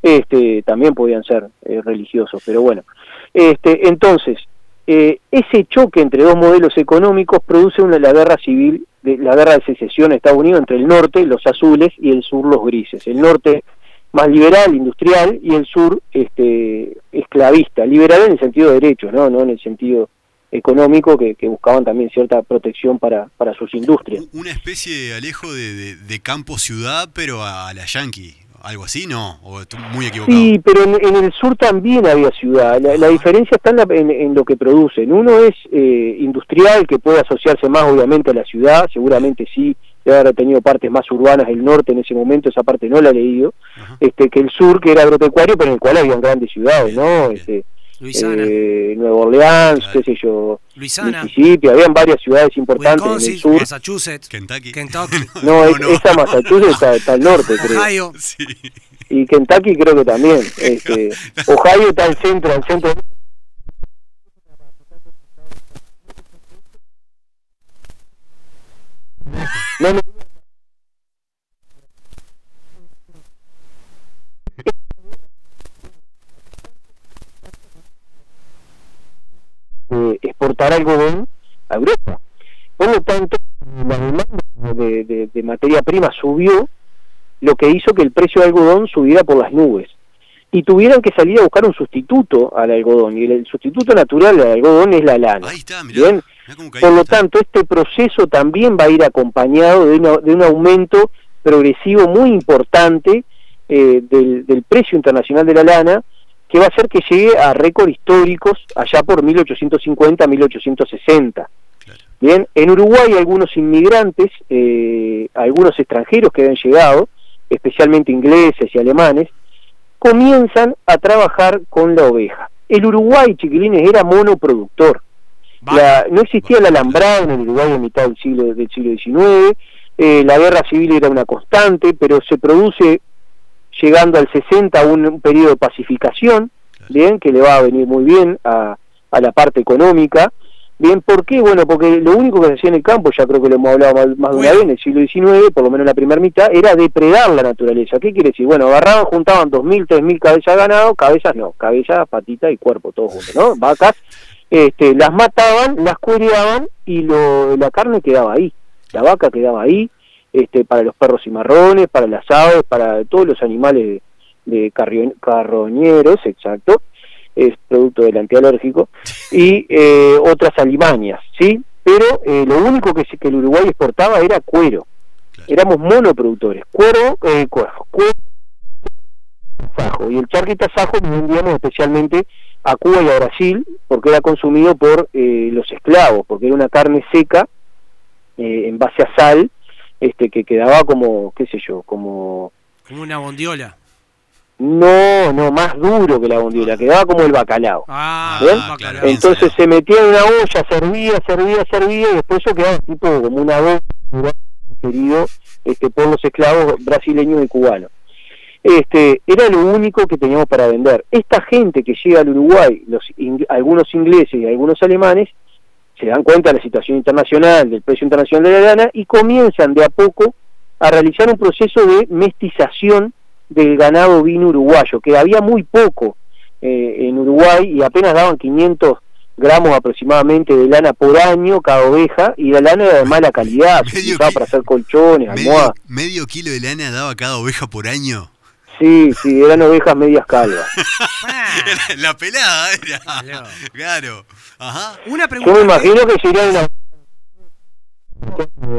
S6: Este, también podían ser eh, religiosos, pero bueno. Este, entonces, eh, ese choque entre dos modelos económicos produce una, la guerra civil, de, la guerra de secesión en Estados Unidos entre el norte, los azules, y el sur, los grises. El norte más liberal, industrial, y el sur este, esclavista. Liberal en el sentido de derechos, ¿no? no en el sentido económico, que, que buscaban también cierta protección para, para sus industrias.
S4: U- Una especie de alejo de, de, de campo-ciudad, pero a, a la yankee. ¿Algo así? No, o estoy muy equivocado.
S6: Sí, pero en, en el sur también había ciudad. La, la diferencia está en, la- en- en lo que producen. Uno es eh, industrial, que puede asociarse más obviamente a la ciudad, seguramente sí, debe haber tenido partes más urbanas el norte en ese momento, esa parte no la he leído,
S4: Ajá.
S6: este, que el sur, que era agropecuario, pero en el cual habían grandes ciudades, ¿no? Este,
S3: Luisana.
S6: eh, Nueva Orleans,
S4: Claro.
S6: qué sé yo,
S3: Luisana.
S6: Mississippi, habían varias ciudades importantes en
S3: Wisconsin,
S6: el sur.
S3: Massachusetts.
S4: Kentucky.
S3: Kentucky.
S6: No, es-
S4: [LAUGHS] no.
S6: esa Massachusetts está, está al norte, creo.
S3: Ohio.
S4: [LAUGHS] Sí.
S6: y Kentucky creo que también. Este, Ohio está al centro, al centro. No, no. Eh, exportar algodón a Europa. Por lo tanto, la demanda de- de- de materia prima subió lo que hizo que el precio del algodón subiera por las nubes. Y tuvieran que salir a buscar un sustituto al algodón. Y el, el sustituto natural al algodón es la lana.
S4: Ahí está, mirá.
S6: Bien,
S4: Mirá cómo caí.
S6: Por lo tanto, este proceso también va a ir acompañado de, una- de un aumento progresivo muy importante eh, del, del precio internacional de la lana, que va a hacer que llegue a récords históricos allá por 1850, 1860.
S4: Claro.
S6: Bien, en Uruguay algunos inmigrantes, eh, algunos extranjeros que habían llegado, especialmente ingleses y alemanes, comienzan a trabajar con la oveja. El Uruguay, chiquilines, era monoproductor. La- no existía la alambrada en el Uruguay a mitad del siglo, del siglo XIX, eh, la guerra civil era una constante, pero se produce llegando al 60 un, un periodo de pacificación, bien, que le va a venir muy bien a, a la parte económica. Bien, ¿por qué? Bueno, porque lo único que se hacía en el campo, ya creo que lo hemos hablado más, más de una vez en el siglo XIX, por lo menos en la primera mitad, era depredar la naturaleza. ¿Qué quiere decir? Bueno, agarraban, juntaban 2.000, 3.000 cabezas de ganado, cabezas no, cabezas, patitas y cuerpo, todo junto, ¿no? Vacas, este, las mataban, las cuereaban y lo, la carne quedaba ahí, la vaca quedaba ahí, este, para los perros cimarrones, para las aves, para todos los animales de, de carrion- carroñeros, exacto, es producto del antialérgico, y eh, otras alimañas, ¿sí? Pero eh, lo único que, se- que el Uruguay exportaba era cuero, éramos monoproductores, cuero, eh, cuero, cuero tasajo. Y el charqui tasajo lo enviamos especialmente a Cuba y a Brasil porque era consumido por eh, los esclavos, porque era una carne seca eh, en base a sal este que quedaba como, qué sé yo, como...
S3: Como una bondiola.
S6: No, no, más duro que la bondiola, quedaba como el bacalao.
S3: Ah,
S6: ¿Bien?
S3: bacalao.
S4: claro. bien
S6: Entonces
S4: salado.
S6: se metía en una olla, servía, servía, servía y después eso quedaba tipo como una bomba querido este, por los esclavos brasileños y cubanos. Este, era lo único que teníamos para vender. Esta gente que llega al Uruguay, los ing- algunos ingleses y algunos alemanes, se dan cuenta de la situación internacional, del precio internacional de la lana y comienzan de a poco a realizar un proceso de mestización del ganado vino uruguayo, que había muy poco eh, en Uruguay y apenas daban 500 gramos aproximadamente de lana por año cada oveja y la lana era de mala calidad,
S4: [LAUGHS]
S6: se
S4: Medio
S6: utilizaba
S4: ki-
S6: para hacer colchones, almohadas.
S4: Medio, medio kilo de lana daba cada oveja por año.
S6: Sí, sí, eran ovejas medias calvas.
S4: Era [LAUGHS] la pelada era.
S3: Ah. [LAUGHS] Claro.
S4: Claro. Ajá.
S3: Una
S6: Yo me
S3: pregunta,
S6: imagino que sería una...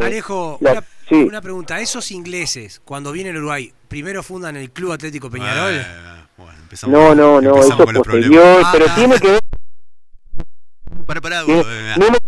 S3: Alejo,
S6: La-
S3: una,
S6: sí.
S3: una pregunta. Esos ingleses, cuando vienen a Uruguay, primero fundan el Club Atlético Peñarol.
S4: Eh, bueno, empezamos-
S6: No, no, no,
S4: empezamos
S6: eso
S4: con
S6: es
S4: los problemas.
S6: posterior, pero
S4: Ah,
S6: tiene que ver...
S4: Pará, pará,
S6: tiene-
S4: Hugo, eh,
S6: no me-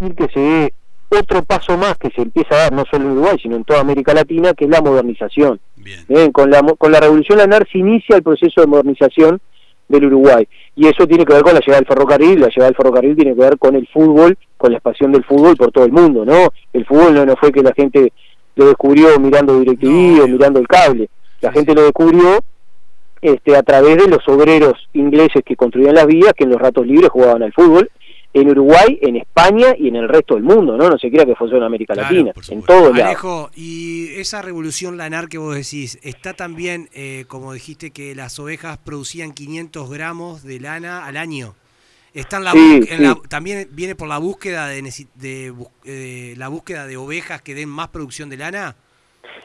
S6: decir que se dé otro paso más que se empieza a dar no solo en Uruguay sino en toda América Latina que es la modernización
S4: Bien.
S6: Bien, con la, mo- con la revolución lanar se inicia el proceso de modernización del Uruguay. Y eso tiene que ver con la llegada del ferrocarril. La llegada del ferrocarril tiene que ver con el fútbol, con la expansión del fútbol por todo el mundo, ¿no? El fútbol no, no fue que la gente lo descubrió mirando DirecTV o mirando el cable. La gente lo descubrió este, a través de los obreros ingleses que construían las vías, que en los ratos libres jugaban al fútbol en Uruguay, en España y en el resto del mundo, ¿no? No se crea que fuese en América
S3: Claro,
S6: Latina,
S4: por
S6: en
S4: supuesto.
S6: todos lados.
S3: Alejo, y esa revolución lanar que vos decís, ¿está también, eh, como dijiste, que las ovejas producían 500 gramos de lana al año? ¿Está en la,
S6: Sí,
S3: bus- en
S6: sí.
S3: la- también viene por la búsqueda de, neci- de bus- eh, la búsqueda de ovejas que den más producción de lana?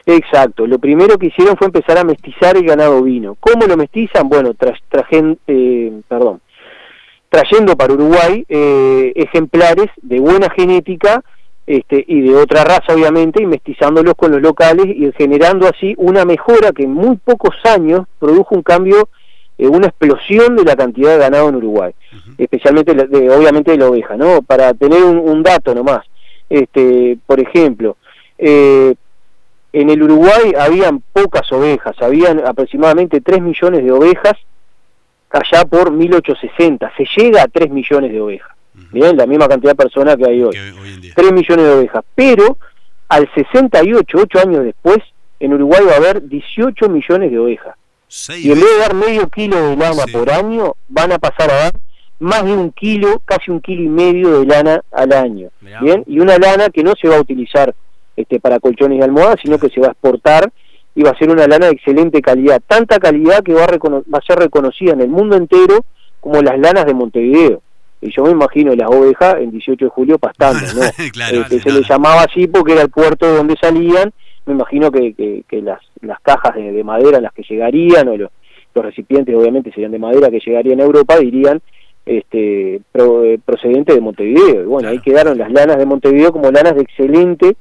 S6: Exacto, lo primero que hicieron fue empezar a mestizar el ganado vino. ¿Cómo lo mestizan? Bueno, tras- trajen- eh, perdón, trayendo para Uruguay eh, ejemplares de buena genética este, y de otra raza, obviamente, y mestizándolos con los locales y generando así una mejora que en muy pocos años produjo un cambio, eh, una explosión de la cantidad de ganado en Uruguay, especialmente, la- de- obviamente, de la oveja, ¿no? Para tener un, un dato nomás, este, por ejemplo, eh, en el Uruguay habían pocas ovejas, habían aproximadamente 3 millones de ovejas allá por 1860. Se llega a 3 millones de ovejas. Bien, la misma cantidad de personas que hay hoy.
S4: Que hoy- hoy en día.
S6: 3 millones de ovejas. Pero al 68, 8 años después, en Uruguay va a haber 18 millones de ovejas.
S4: Seis
S6: Y en vez
S4: veces.
S6: de dar medio kilo de lana
S4: Sí.
S6: por año, van a pasar a dar más de un kilo, casi un kilo y medio de lana al año.
S3: Mirá.
S6: ¿Bien? Y una lana que no se va a utilizar este, para colchones y almohadas, sino que se va a exportar y va a ser una lana de excelente calidad. Tanta calidad que va a, recono- va a ser reconocida en el mundo entero como las lanas de Montevideo. Y yo me imagino las ovejas en 18 de julio pastando, ¿no?
S4: [LAUGHS] Claro,
S6: Este, se
S4: claro.
S6: le llamaba así porque era el puerto de donde salían. Me imagino que, que- que las, las cajas de, de madera en las que llegarían, o los, los recipientes obviamente serían de madera que llegarían a Europa, dirían este, pro- eh, procedente de Montevideo. Y bueno, ahí quedaron las lanas de Montevideo como lanas de excelente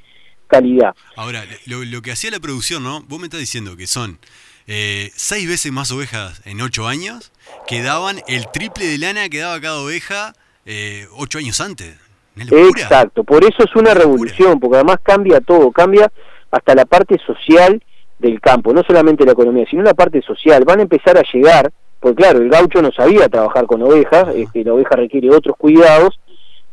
S6: calidad.
S4: Ahora, lo, lo que hacía la producción, ¿no? Vos me estás diciendo que son eh, seis veces más ovejas en ocho años que daban el triple de lana que daba cada oveja eh, ocho años antes. Una locura.
S6: Exacto, por eso es una revolución, porque además cambia todo, cambia hasta la parte social del campo, no solamente la economía, sino la parte social. Van a empezar a llegar, porque claro, el gaucho no sabía trabajar con ovejas, este, la oveja requiere otros cuidados,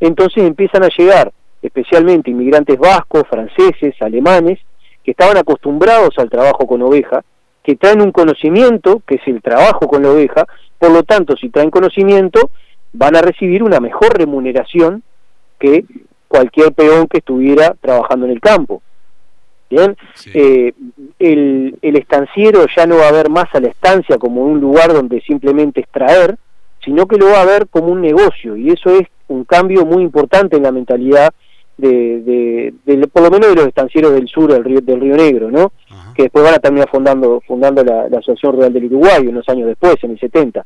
S6: entonces empiezan a llegar especialmente inmigrantes vascos, franceses, alemanes, que estaban acostumbrados al trabajo con oveja, que traen un conocimiento, que es el trabajo con la oveja, por lo tanto, si traen conocimiento, van a recibir una mejor remuneración que cualquier peón que estuviera trabajando en el campo. Bien,
S4: Sí.
S6: Eh, el, el estanciero ya no va a ver más a la estancia como un lugar donde simplemente extraer, sino que lo va a ver como un negocio y eso es un cambio muy importante en la mentalidad de, de- del- por lo menos de los estancieros del sur del río, del río Negro, ¿no?
S4: Ajá.
S6: que después van a terminar fundando, fundando la, la Asociación Rural del Uruguay unos años después, en el 70.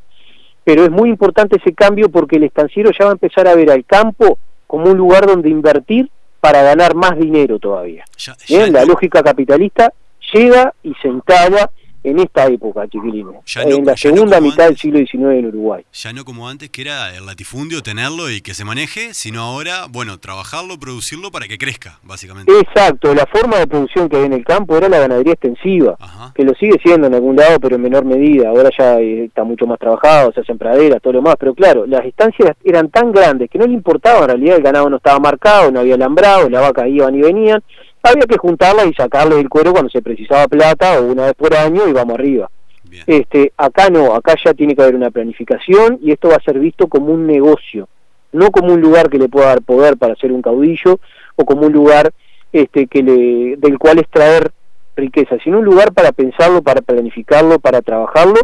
S6: Pero es muy importante ese cambio porque el estanciero ya va a empezar a ver al campo como un lugar donde invertir para ganar más dinero todavía.
S4: Ya- ya
S6: Bien, La
S4: no-
S6: lógica capitalista llega y se instala en esta época, chiquilines,
S4: Ya no-
S6: en la
S4: ya no
S6: segunda
S4: como
S6: mitad del
S4: antes.
S6: siglo XIX en Uruguay.
S4: Ya no como antes, que era el latifundio, tenerlo y que se maneje, sino ahora, bueno, trabajarlo, producirlo para que crezca, básicamente.
S6: Exacto, la forma de producción que hay en el campo era la ganadería extensiva,
S4: Ajá.
S6: que lo sigue siendo en algún lado, pero en menor medida. Ahora ya eh, está mucho más trabajado, se hacen praderas, todo lo más. Pero claro, las distancias eran tan grandes que no le importaba en realidad, el ganado no estaba marcado, no había alambrado, las vacas iban y venían. Había que juntarlas y sacarles el cuero cuando se precisaba plata o una vez por año y vamos arriba.
S4: Bien.
S6: Este, acá no, acá ya tiene que haber una planificación y esto va a ser visto como un negocio, no como un lugar que le pueda dar poder para ser un caudillo o como un lugar este, que le, del cual extraer riqueza, sino un lugar para pensarlo, para planificarlo, para trabajarlo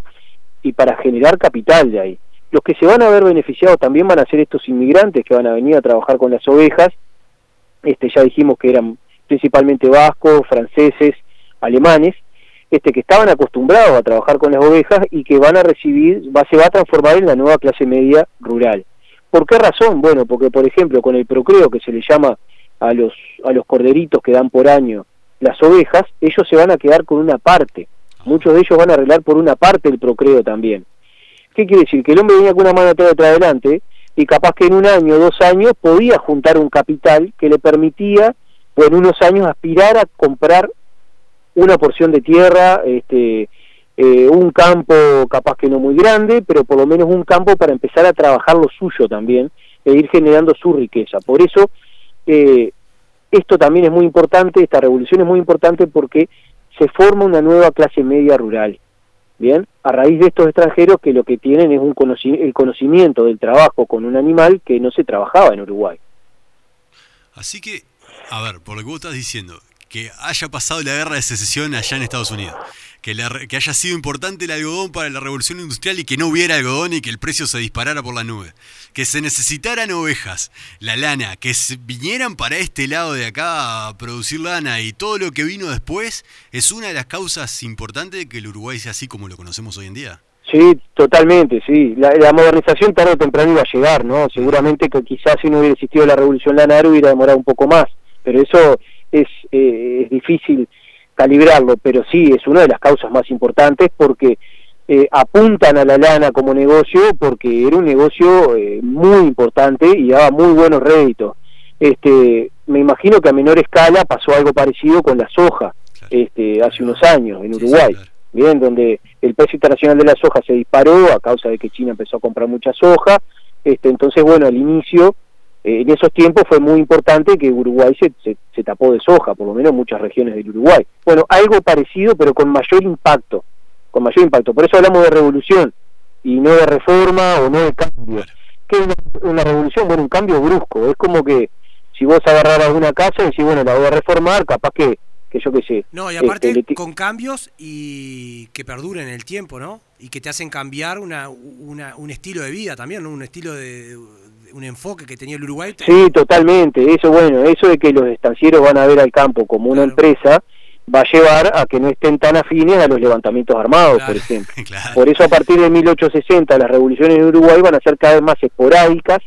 S6: y para generar capital de ahí. Los que se van a ver beneficiados también van a ser estos inmigrantes que van a venir a trabajar con las ovejas, este, ya dijimos que eran principalmente vascos, franceses, alemanes, este, que estaban acostumbrados a trabajar con las ovejas y que van a recibir, va, se va a transformar en la nueva clase media rural. ¿Por qué razón? Bueno, porque por ejemplo con el procreo que se le llama a los, a los corderitos que dan por año las ovejas, ellos se van a quedar con una parte. Muchos de ellos van a arreglar por una parte el procreo también. ¿Qué quiere decir? Que el hombre venía con una mano atrás de otra adelante y capaz que en un año o dos años podía juntar un capital que le permitía, o en unos años, aspirar a comprar una porción de tierra, este, eh, un campo capaz que no muy grande, pero por lo menos un campo para empezar a trabajar lo suyo también e ir generando su riqueza. Por eso, eh, esto también es muy importante, esta revolución es muy importante porque se forma una nueva clase media rural. Bien, a raíz de estos extranjeros que lo que tienen es un conoci- el conocimiento del trabajo con un animal que no se trabajaba en Uruguay.
S4: Así que, a ver, por lo que vos estás diciendo, que haya pasado la guerra de secesión allá en Estados Unidos, que, la re- que haya sido importante el algodón para la revolución industrial y que no hubiera algodón y que el precio se disparara por la nube, que se necesitaran ovejas, la lana, que se vinieran para este lado de acá a producir lana y todo lo que vino después, es una de las causas importantes de que el Uruguay sea así como lo conocemos hoy en día.
S6: Sí, totalmente, sí. La, la modernización tarde o temprano iba a llegar, ¿no? Seguramente que quizás si no hubiera existido la revolución lanaro hubiera demorado un poco más, pero eso es, eh, es difícil calibrarlo, pero sí, es una de las causas más importantes porque eh, apuntan a la lana como negocio porque era un negocio eh, muy importante y daba muy buenos réditos. Este, me imagino que a menor escala pasó algo parecido con la soja
S4: Claro.
S6: este, hace unos años en
S4: Sí, sí,
S6: Uruguay
S4: claro.
S6: bien donde el precio internacional de la soja se disparó a causa de que China empezó a comprar mucha soja este entonces bueno al inicio eh, en esos tiempos fue muy importante que Uruguay se, se- se tapó de soja por lo menos muchas regiones del Uruguay bueno algo parecido pero con mayor impacto con mayor impacto por eso hablamos de revolución y no de reforma o no de cambio ¿Qué es una, una revolución? Bueno, un cambio brusco. Es como que si vos agarraras una casa y decís, bueno, la voy a reformar, capaz que, que yo qué sé.
S3: No, y
S6: este,
S3: aparte
S6: le ti-
S3: con cambios y que perduren en el tiempo, ¿no? Y que te hacen cambiar una, una- un estilo de vida también, ¿no? Un estilo de, un enfoque que tenía el Uruguay.
S6: Sí, totalmente. Eso, bueno, eso de que los estancieros van a ver al campo como una
S3: Claro.
S6: empresa va a llevar a que no estén tan afines a los levantamientos armados, por
S3: Claro,
S6: ejemplo.
S4: [LAUGHS] claro.
S6: Por eso a partir de 1860 las revoluciones en Uruguay van a ser cada vez más esporádicas.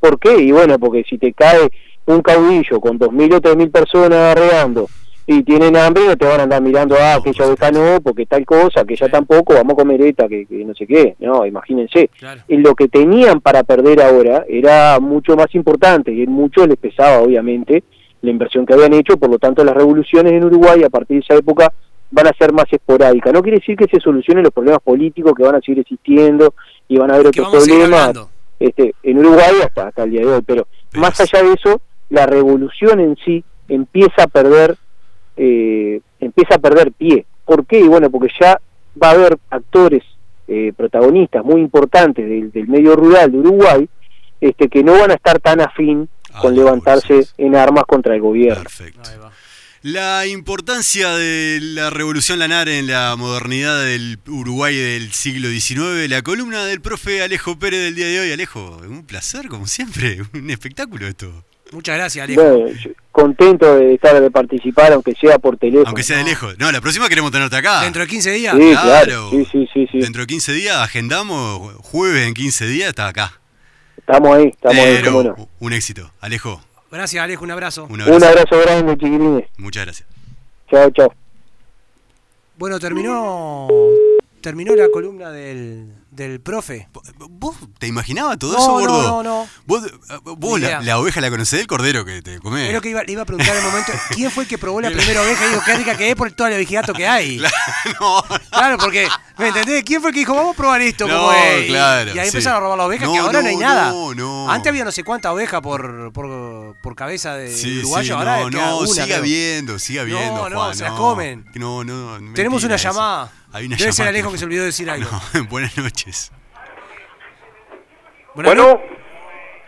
S6: ¿Por qué? Y bueno, porque si te cae un caudillo con 2.000 o 3.000 personas arreando y tienen hambre, no te van a andar mirando, ah,
S4: No,
S6: aquella
S4: por
S6: oveja no, porque tal cosa, que ya
S3: Sí.
S6: tampoco, vamos a comer esta, que, que no sé qué. No, imagínense.
S3: Claro.
S6: Y lo que tenían para perder ahora era mucho más importante y en mucho les pesaba, obviamente, la inversión que habían hecho. Por lo tanto, las revoluciones en Uruguay a partir de esa época van a ser más esporádicas. No quiere decir que se solucionen los problemas políticos que van a seguir existiendo y van a haber
S3: Que
S6: otros
S3: vamos a seguir
S6: problemas
S3: hablando.
S6: este, en Uruguay hasta, hasta el día de hoy. Pero,
S4: Pero
S6: más
S4: sí.
S6: allá de eso, la revolución en sí empieza a perder eh, empieza a perder pie. ¿Por qué? Y bueno, porque ya va a haber actores eh, protagonistas muy importantes del, del medio rural de Uruguay este, que no van a estar tan afín
S4: Ah,
S6: con
S4: las
S6: levantarse
S4: bolsas.
S6: en armas contra el gobierno.
S4: Perfecto.
S3: Ahí va.
S4: La importancia de la revolución lanar en la modernidad del Uruguay del siglo XIX, la columna del profe Alejo Pérez del día de hoy. Alejo, un placer como siempre, [LAUGHS] un espectáculo esto.
S3: Muchas gracias, Alejo.
S6: Bueno, yo- contento de estar de participar, aunque sea por teléfono.
S4: Aunque sea de lejos. No, la próxima queremos tenerte acá.
S3: Dentro de 15 días.
S6: Sí, claro.
S4: claro.
S6: Sí, sí, sí, sí.
S4: Dentro de 15 días agendamos, jueves en 15 días está acá.
S6: Estamos ahí, estamos ahí,
S4: Pero,
S6: cómo no.
S4: Un éxito. Alejo,
S3: Gracias, Alejo. Un abrazo.
S4: un
S6: Un
S4: abrazo.
S6: abrazo grande, chiquilines.
S4: Muchas gracias.
S6: Chao, chao.
S3: Bueno, terminó terminó la columna del, del profe.
S4: ¿Vos te imaginabas todo
S3: No,
S4: eso,
S3: no,
S4: gordo?
S3: no, no.
S4: Vos, eh, vos
S3: Ni
S4: la,
S3: idea.
S4: la oveja la conocés del cordero que te comés.
S3: Es lo que iba, le iba a preguntar al
S4: [LAUGHS]
S3: momento. ¿Quién fue el que probó la primera oveja y dijo qué rica que es por todo el vigiato que hay?
S4: [LAUGHS] Claro, no,
S3: Claro, porque, ¿me entendés? ¿Quién fue el que dijo, vamos a probar esto?
S4: No,
S3: como es? Y-
S4: claro,
S3: Y ahí
S4: sí.
S3: empezaron a robar las ovejas,
S4: No,
S3: que ahora no, hay
S4: no,
S3: nada.
S4: no, no.
S3: Antes había no sé cuánta oveja por, por, por cabeza de
S4: Sí,
S3: uruguayo,
S4: sí,
S3: ahora
S4: no,
S3: queda
S4: no,
S3: una,
S4: siga
S3: creo.
S4: habiendo, siga habiendo.
S3: No, no,
S4: Juan,
S3: se las comen.
S4: No, no, mentira
S3: Tenemos una
S4: eso.
S3: llamada.
S4: Hay una
S3: Debe
S4: llamada. Ah.
S3: ser Alejo que se olvidó decir algo.
S4: No, [LAUGHS] buenas noches.
S3: Buenas noches.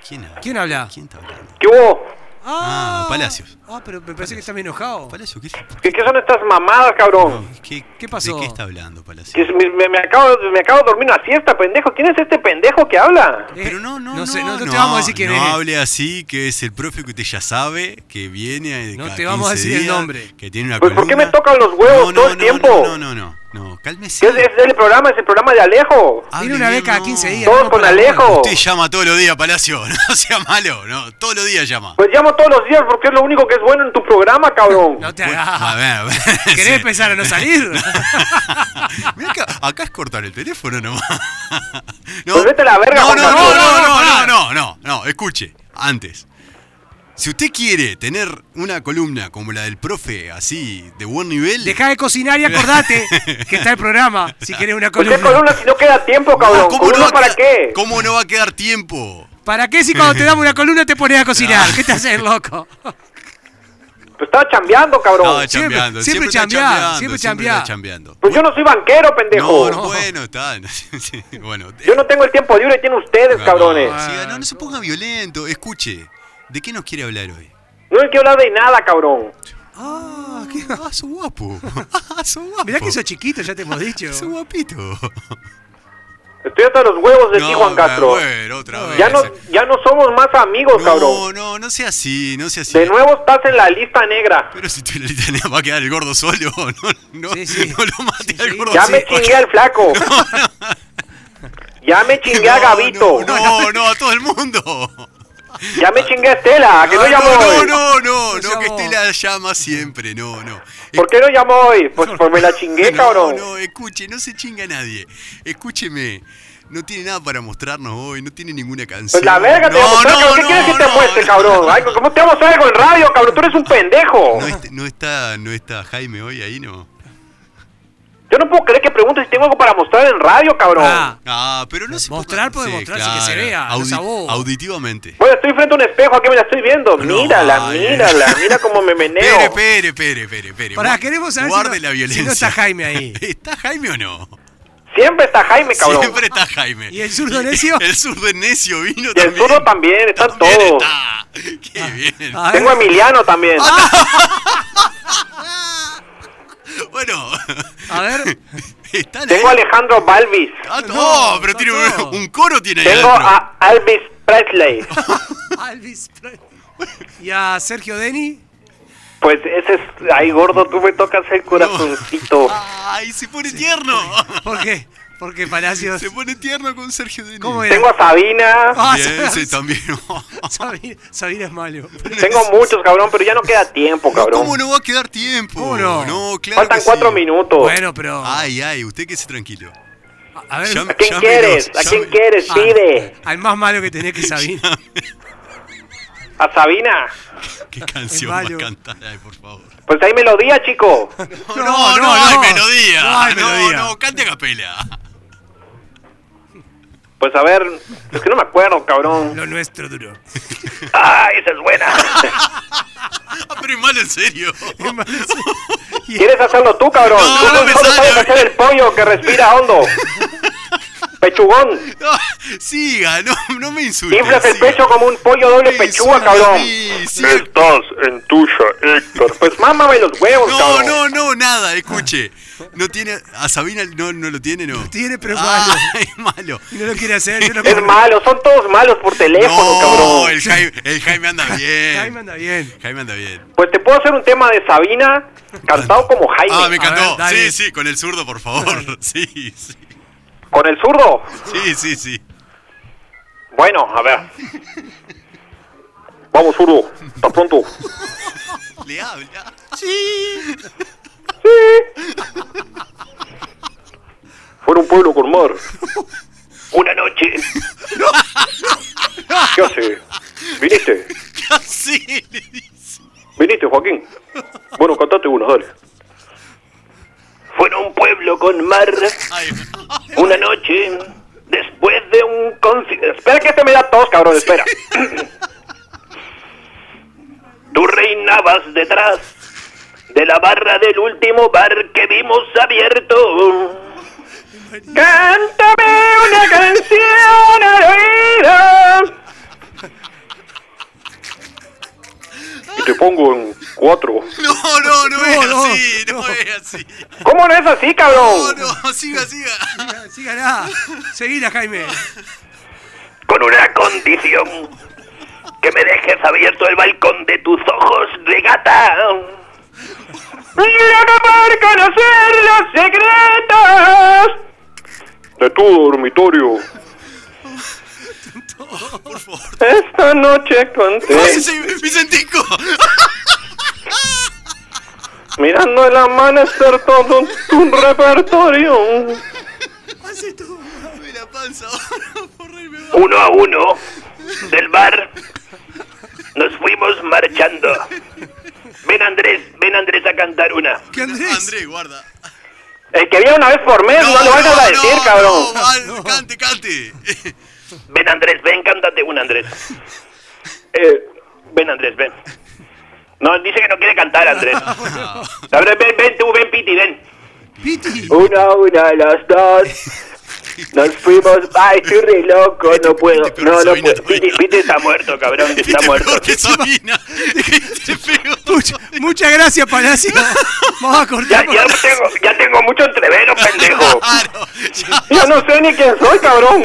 S4: ¿Quién habla?
S3: ¿Quién habla?
S4: ¿Quién está hablando?
S7: ¿Qué hubo?
S4: Ah, Palacios.
S3: Ah, pero me parece que está bien enojado.
S4: ¿Palacio? ¿Qué,
S7: ¿Qué, qué son estas mamadas, cabrón?
S4: qué,
S3: ¿Qué pasó?
S4: ¿De qué está hablando, Palacio?
S7: Que es- me, me- me acabo, me acabo de dormir una siesta, pendejo. ¿Quién es este pendejo que habla?
S3: Eh,
S4: Pero no,
S3: no.
S4: no, no,
S3: sé, no, no te vamos a decir quién
S4: no
S3: es.
S4: hable así, que es el profe que usted ya sabe, que viene. eh,
S3: No
S4: cada
S3: te vamos a
S4: 15
S3: decir el
S4: días,
S3: nombre.
S4: Que tiene una
S7: Pues, ¿por qué
S4: columna.
S7: me tocan los huevos todo el tiempo?
S4: No, no, no, no, no, cálmese.
S7: ¿Qué es, es el programa? Es el programa de Alejo. Pues
S4: Hable
S3: Tiene una
S4: bien,
S3: beca a
S4: no.
S3: 15 días.
S7: Todos
S3: vamos
S7: con
S3: para la
S7: Alejo.
S4: Usted llama todos los días, Palacio. [LAUGHS] No sea malo, no. Todos los días llama.
S7: Pues llamo todos los días porque es lo único que es bueno en tu programa, cabrón.
S3: No te
S4: Bueno, a
S3: hagas.
S4: ver, a ver.
S3: [LAUGHS] ¿Querés empezar a no
S4: [LAUGHS]
S3: salir?
S4: Mirá que acá es cortar el teléfono nomás. [LAUGHS] No,
S7: Pues vete a la verga,
S4: no,
S7: Juan
S4: no, no,
S7: Pablo.
S4: no, no, no, no, no, no, escuche, antes. Si usted quiere tener una columna como la del profe, así, de buen nivel,
S3: Dejá de cocinar y acordate que está el programa. Si querés una
S7: Pues es
S3: columna.
S7: columna si no queda tiempo, cabrón. ¿Columna
S4: va a
S7: para
S4: quedar-
S7: qué?
S4: ¿Cómo no va a quedar tiempo?
S3: ¿Para qué si cuando te damos una columna te pones a cocinar? ¿Qué te haces, loco?
S7: Pues estaba chambeando, cabrón.
S4: No,
S3: Siempre-
S4: chambeando,
S3: siempre
S4: está
S3: chambeá,
S4: chambeando,
S3: siempre
S4: está
S3: chambeá.
S4: chambeando.
S7: Pues yo no soy banquero, pendejo.
S4: No, no, bueno, está. [LAUGHS] sí, bueno,
S7: Yo no tengo el tiempo libre que tienen ustedes,
S4: No,
S7: [LAUGHS] cabrones.
S4: Ah. sí, No, no se ponga violento. Escuche, ¿de qué nos quiere hablar hoy?
S7: No hay que hablar de nada, cabrón.
S4: Ah, qué ah, sos
S7: [LAUGHS]
S4: guapo. Ah, sos guapo.
S3: Mirá que sos chiquito, ya te hemos dicho.
S4: Sos guapito.
S7: Estoy hasta los huevos de ti, Juan Castro.
S4: ah, Bueno, otra vez.
S7: Ya no, ya no somos más amigos,
S4: no,
S7: cabrón.
S4: no, no sea así, no sea así.
S7: De nuevo estás en la lista negra.
S4: Pero si tú la litania va a quedar el gordo solo. [LAUGHS] No, no,
S3: Sí, sí.
S4: no lo mate
S3: Sí,
S4: al
S3: sí.
S4: gordo
S7: Ya
S4: solo.
S7: me
S4: [LAUGHS]
S7: chingué al flaco. Ya me chingué a
S4: No,
S7: Gabito.
S4: No, no, no, a todo el mundo.
S7: Ya me chingué a Estela. ¿A que no, llamó
S4: Ah, no,
S7: hoy?
S4: no, no,
S3: No
S4: no, que
S3: llamó.
S4: Estela llama siempre, no, no.
S7: ¿Por qué no llamó
S4: [LAUGHS]
S7: hoy? Pues, pues me la chingué,
S4: no,
S7: cabrón.
S4: No, escuche, no se chinga a nadie. Escúcheme, no tiene nada para mostrarnos hoy, no tiene ninguna canción.
S7: Pues la verga te
S4: no,
S7: voy a mostrar,
S4: no,
S7: cabrón. ¿Qué
S4: no,
S7: quieres que te
S4: no,
S7: muestre,
S4: no.
S7: cabrón? Ay, pues, ¿Cómo te vamos a algo en radio, cabrón? Tú eres un pendejo.
S4: No, est- no está, no está Jaime hoy ahí, ¿no?
S7: Yo no puedo creer que preguntes si tengo algo para mostrar en radio, cabrón.
S3: Ah,
S4: Ah, pero no se
S3: Mostrar puede mostrarse, que se vea, no sea vos.
S4: Auditivamente.
S7: Bueno, estoy frente a un espejo, aquí me la estoy viendo. mírala,
S4: ay.
S7: mírala, mira
S4: [LAUGHS]
S7: cómo me meneo.
S4: Pere, pere, pere, pere, pere.
S3: Pará,
S4: Gua-
S3: queremos saber si
S4: Guarde
S3: no- si
S4: la
S3: no
S4: violencia.
S3: está Jaime ahí.
S4: [LAUGHS] ¿Está Jaime o no?
S7: Siempre está Jaime, cabrón.
S4: Siempre está Jaime.
S3: ¿Y el zurdo necio?
S4: [LAUGHS] El zurdo necio vino
S7: Y
S4: también.
S7: el zurdo también, están
S4: También
S7: todos.
S4: está. Ah, Qué
S3: Ah,
S4: bien.
S3: a ver,
S7: Tengo a Emiliano también.
S4: Bueno, [LAUGHS]
S3: a
S7: [LAUGHS]
S3: ver.
S4: están ahí. ¿eh?
S7: Tengo a Alejandro Balvis.
S4: Ah, no,
S3: No,
S4: pero
S3: está
S4: tiene un,
S3: todo.
S4: un coro tiene ahí
S7: Tengo
S4: adentro.
S7: a Alvis Presley.
S3: Alvis Presley. Y a Sergio Denny.
S7: Pues ese es. Ay, gordo, tú me tocas el corazoncito.
S4: [LAUGHS] ¡Ay, se pone tierno!
S3: ¿Por qué? Porque Palacios.
S4: Se pone tierno con Sergio Denis.
S3: ¿Cómo era?
S7: Tengo a Sabina.
S3: Ah,
S4: Bien, sí, [LAUGHS] también.
S3: Sabina, Sabina es malo.
S7: Tengo muchos, cabrón, pero ya no queda tiempo, cabrón.
S4: ¿Cómo no va a quedar tiempo?
S3: ¿Cómo no?
S4: claro
S7: Faltan
S4: que
S7: cuatro
S4: sí.
S7: minutos.
S3: Bueno, pero. A
S4: Ay, ay, usted quédese tranquilo.
S3: a ver.
S4: Llame-
S7: ¿A quién
S4: llámenos,
S7: quieres? ¿A quién
S4: llame-
S7: quieres?
S3: ah,
S7: Pide.
S3: al más malo que
S7: [LAUGHS]
S3: tenés que Sabina.
S7: ¿A Sabina?
S4: ¿Qué canción va a
S3: malo.
S4: cantar? Ay, por favor.
S7: Pues hay melodía, chico.
S4: No, no, no, hay melodía.
S3: No hay
S4: no,
S3: melodía.
S4: no, cante a capela.
S7: Pues a ver, es que no me acuerdo, cabrón.
S3: Lo nuestro duro.
S7: ¡Ay, esa es
S4: [LAUGHS]
S7: buena!
S4: Ah, pero es malo en
S3: [LAUGHS]
S4: serio.
S7: ¿Quieres hacerlo tú, cabrón?
S4: No,
S7: tú
S4: no me
S7: solo
S4: sale.
S7: sabes hacer el pollo que
S4: [LAUGHS]
S7: respira hondo. Pechugón.
S4: No, [LAUGHS] siga, no, no me insulte.
S7: Inflas el
S4: siga.
S7: pecho como un pollo doble
S4: Sí,
S7: pechuga,
S4: sí,
S7: cabrón.
S4: sí, sí.
S7: Estás en tuya, Héctor. Pues mámame los huevos,
S4: No,
S7: cabrón.
S4: no, no, nada, escuche. No tiene. A Sabina no, no lo tiene, no.
S3: tiene, pero es
S4: Ah, [LAUGHS]
S3: malo.
S4: es malo.
S3: Y no lo quiere hacer. Yo lo
S7: Es
S3: corro.
S7: malo, son todos malos por teléfono,
S4: No,
S7: cabrón.
S4: el Jaime, el Jaime anda bien.
S3: Jaime anda bien.
S4: Jaime anda bien.
S7: Pues te puedo hacer un tema de Sabina cantado como Jaime.
S4: Ah, me
S3: A
S4: encantó.
S3: ver, dale.
S4: sí, sí, con el zurdo, por favor. Sí, sí.
S7: ¿Con el zurdo?
S4: Sí, sí, sí.
S7: Bueno, a ver. Vamos, zurdo. Tan pronto.
S4: Le [LAUGHS] habla.
S7: Fuera un pueblo con mar.
S4: [LAUGHS]
S7: Una noche. ¿Qué hace? ¿Viniste?
S4: Casi le dice.
S7: ¿Viniste, Joaquín? Bueno, cantate uno, dale. Fuera un pueblo con mar.
S4: Ay,
S7: Una noche. Después de un concierto. Espera que se me da tos, cabrón, espera. Tú reinabas detrás de la barra del último bar que vimos abierto. Cántame una canción al oído. Y te pongo en cuatro.
S4: no, no, no es
S3: No, no,
S4: así, no, es así.
S7: ¿Cómo no es así,
S4: No,
S7: cabrón?
S4: no, siga, siga.
S3: Sí, ganá. Seguila, Jaime.
S7: Con una condición. Que me dejes abierto el balcón de tus ojos de gata. Y acabar conocer los secretos. De tu dormitorio. Esta noche
S4: No,
S7: conté
S4: sí, sí,
S3: [LAUGHS]
S4: Vicentico.
S7: mirando el amanecer todo tu repertorio.
S4: Me la panza [LAUGHS] ahora, por reírme.
S7: uno a uno del bar. Nos fuimos marchando. Ven Andrés, ven Andrés a cantar una.
S3: ¿Qué Andrés?
S4: André, guarda.
S7: El que viene una vez por mes, no, lo vayas a decir,
S4: no,
S7: cabrón.
S4: no, va- Cante,
S7: [LAUGHS]
S4: cante.
S7: Ven Andrés, ven, cántate una Andrés. Eh, ven Andrés, ven. No, dice que no quiere cantar Andrés. Andrés, ven, ven tú, ven Piti, ven.
S3: Piti.
S6: Una, una, las dos. Nos fuimos. Ay, estoy re loco,
S4: Este
S6: no puedo.
S4: Piti, pero
S6: No, no
S4: Sabina
S6: puedo.
S4: todavía.
S6: Piti,
S7: Piti está muerto, cabrón, está
S4: Viste
S7: muerto.
S4: peor que
S7: [LAUGHS]
S4: Sabina. Viste peor.
S3: Mucha- muchas gracias, Palacio. Vamos a
S7: Ya,
S3: cortar.
S7: ya tengo, ya tengo mucho entrevero, pendejo.
S4: Claro. ya-
S7: Yo no sé ni quién soy, cabrón.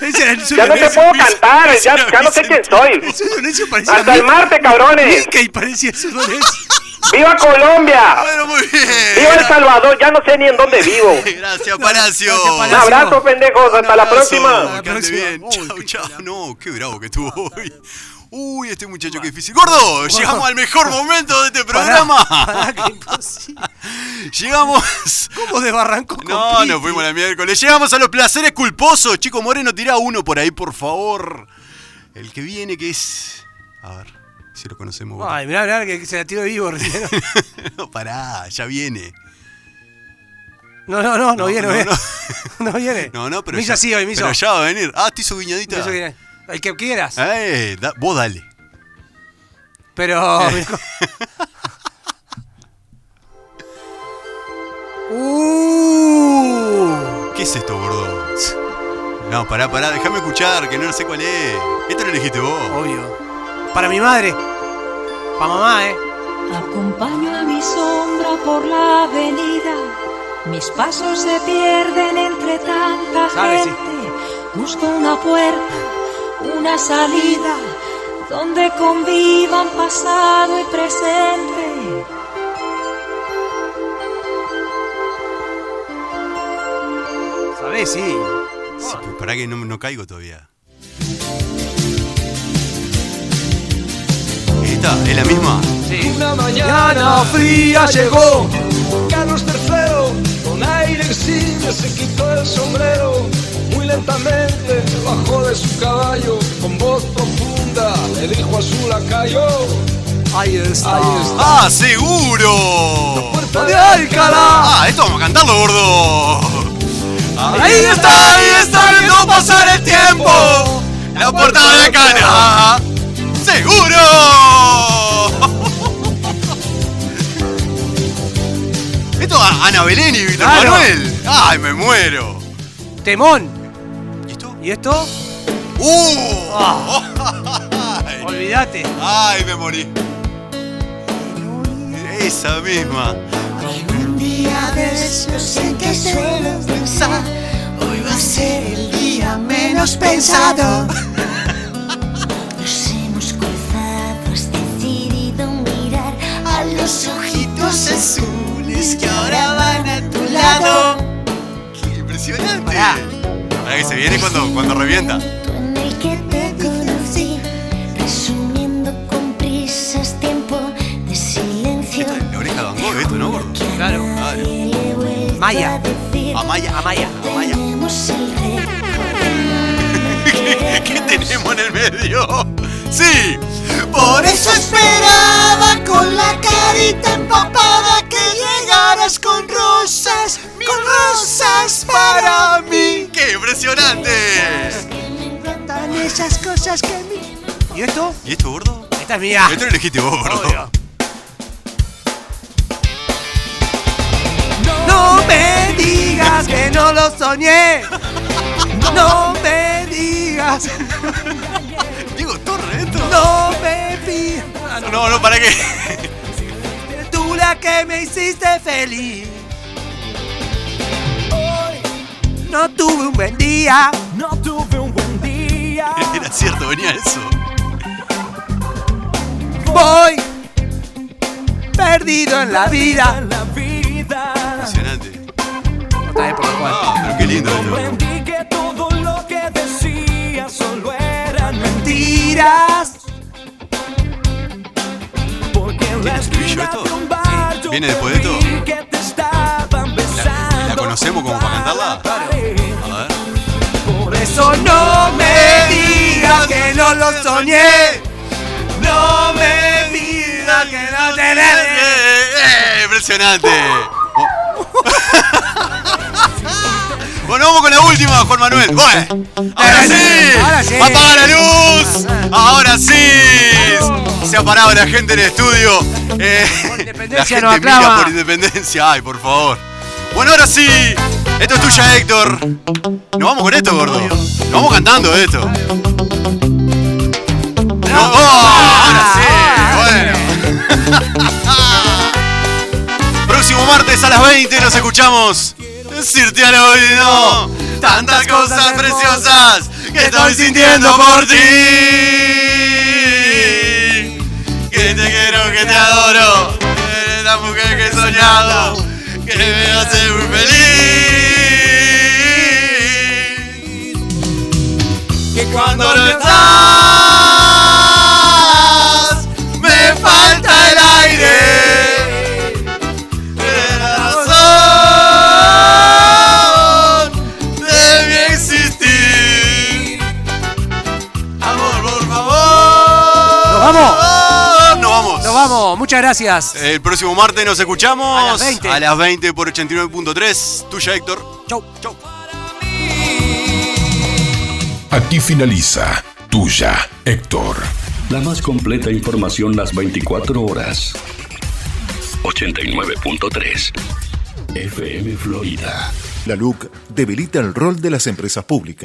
S3: Ese era el
S7: Ya no te
S3: Eso
S7: puedo cantar, ya, ya no sé quién soy.
S3: de Donesio parecía
S7: Hasta el Marte, cabrones.
S3: Mica y parecía eso
S7: [LAUGHS]
S3: Donesio.
S7: ¡Viva Colombia!
S4: Bueno, muy
S7: ¡Viva El
S4: bien.
S7: Salvador! Ya no sé ni en dónde vivo.
S4: Gracias, Palacio.
S3: Gracias,
S7: Un
S3: Palacio.
S7: abrazo, pendejos. Hasta la
S4: abrazo,
S7: próxima.
S4: que
S3: La
S4: ande
S3: próxima.
S4: bien.
S3: Uy,
S4: Chau,
S3: qué
S4: chau. No, qué bravo que estuvo hoy. Uy, este muchacho que difícil. ¡Gordo! Llegamos al mejor momento de este programa.
S3: Pará, que imposible.
S4: [LAUGHS] Llegamos.
S3: ¿Cómo desbarrancó con
S4: No,
S3: Piti?
S4: nos fuimos la miércoles. Llegamos a los placeres culposos. Chico Moreno, tira uno por ahí, por favor. El que viene, que es. A ver, si lo conocemos. vos.
S3: Ay, mirá, mirá, que se la tiró vivo recién.
S4: no, [LAUGHS] pará, ya viene.
S3: No, no, no, no, viene,
S4: no,
S3: no, viene.
S4: no.
S3: [LAUGHS] No viene.
S4: No, no, pero.
S3: Me hizo
S4: ya,
S3: así hoy, me hizo.
S4: Pero ya va a venir. Ah, te hizo guiñadita.
S3: me hizo que- el que quieras.
S4: Eh, da- vos dale.
S3: Pero.
S1: Eh. [LAUGHS]
S3: uh,
S4: ¿Qué es esto, gordo? No, pará, pará, déjame escuchar, que no sé cuál es. Esto lo elegiste vos.
S3: obvio. Para mi madre. Para mamá, ¿eh?
S8: Acompaño a mi sombra por la avenida. Mis pasos se pierden entre tanta
S3: Sabe, sí.
S8: gente. Busco una puerta una salida donde convivan pasado y presente.
S3: ¿Sabés? Sí. Oh.
S4: Sí, pero pará que no, no caigo todavía. ¿Esta? ¿Es la misma?
S5: Una
S3: Ana
S5: mañana
S3: Fría llegó.
S5: Carlos III, con aire exilio, se quitó el sombrero. Muy lentamente bajó de su caballo, con voz profunda le dijo a su lacayo:
S3: Ahí está.
S5: Ahí está.
S4: ¡Ah, seguro!
S5: "Puerta
S3: ¡De
S5: de
S3: Alcalá!
S4: ¡Ah, esto vamos a cantarlo, gordo!
S3: Ahí está, ahí está,
S4: viendo pasar el tiempo. La puerta de cana. ¡Seguro! Esto a Ana Belén y Víctor
S3: Claro.
S4: Manuel. ¡Ay, me muero!
S3: Temón.
S4: ¿Y esto?
S3: ¿Y esto?
S4: ¡Uh!
S9: Ah.
S1: Eh.
S4: Ay,
S3: Olvídate.
S4: ¡Ay, me morí! Esa misma.
S1: Un día de esos en que sueles pensar, hoy va a ser el día menos pensado.
S9: Nos hemos cruzado, has decidido mirar a los ojitos azules que ahora van a tu lado.
S4: ¡Qué impresionante! Pará. que se viene cuando, cuando revienta.
S9: Tú en el que te conocí, resumiendo con prisas tiempo de silencio.
S4: Esta es la oreja de Van Gogh, esto, ¿no, gordo?
S3: Claro.
S4: Claro.
S3: Maya.
S4: Amaya, Amaya, Amaya.
S9: Tenemos el récord.
S4: ¿Qué tenemos en el medio? ¡Sí! ¡Por eso!
S1: esperaba con la carita empapada que llegaras con rosas, con rosas para mí.
S4: ¡Qué impresionante!
S1: Tan esas cosas que a mí.
S3: ¿Y esto?
S4: ¿Y esto, gordo?
S3: Esta es
S1: Eh.
S3: mía.
S4: Esto lo elegiste vos, gordo.
S3: Obvio. No me digas que no lo
S1: [LAUGHS]
S3: soñé. No me digas.
S4: Diego Torre, esto. Ah,
S3: No me pidas.
S4: No, no, ¿para qué?
S3: Tú la que me hiciste feliz. No tuve un buen día.
S5: No tuve un buen día.
S4: [LAUGHS] Era cierto, venía eso.
S3: Voy perdido en la vida.
S5: La vida.
S4: Impresionante.
S3: Otra vez por lo cual.
S4: Ah, pero qué lindo esto.
S5: Comprendí que todo lo que decía solo eran mentiras.
S3: Mentiras.
S5: Porque en la
S4: estribillo
S5: esquina
S4: esto?
S5: de un bar
S4: Sí.
S5: yo
S4: ¿Viene
S5: te
S4: después de
S5: vi
S4: esto?
S5: que te estaban besando
S4: la conocemos como para cantarla?
S5: pared.
S4: A ver.
S3: Por eso no me digas que no lo soñé. No me digas que no te le-
S4: ¡Eh, eh, impresionante [LAUGHS] Oh. Bueno, vamos con la última, Juan Manuel. Bueno, ahora
S3: Ahora sí.
S4: sí, apaga la luz. Ahora sí, se ha parado la gente en el estudio. Eh, la
S3: independencia
S4: gente
S3: nos
S4: mira
S3: aclama.
S4: por independencia. Ay, por favor. Bueno, ahora sí, esto es tuya, Héctor. Nos vamos con esto, gordo. Nos vamos cantando esto. No, oh, ahora sí, bueno. [LAUGHS] Próximo martes a las 20 nos escuchamos. Decirte al oído tantas cosas preciosas que estoy sintiendo por ti. Que te quiero, que te adoro. que Eres la mujer que he soñado. Que me hace muy feliz. Que cuando no estás, me falta el aire. De la razón de mi existir. Amor, por favor.
S3: Nos vamos.
S4: Nos vamos.
S3: Nos vamos, muchas gracias.
S4: El próximo martes nos escuchamos
S3: A las 20.
S4: a las 20 por 89.3. Tuya, Héctor.
S3: Chau.
S2: Aquí finaliza Tuya, Héctor.
S10: La más completa información las 24 horas. 89.3 FM Florida.
S11: La LUC debilita el rol de las empresas públicas.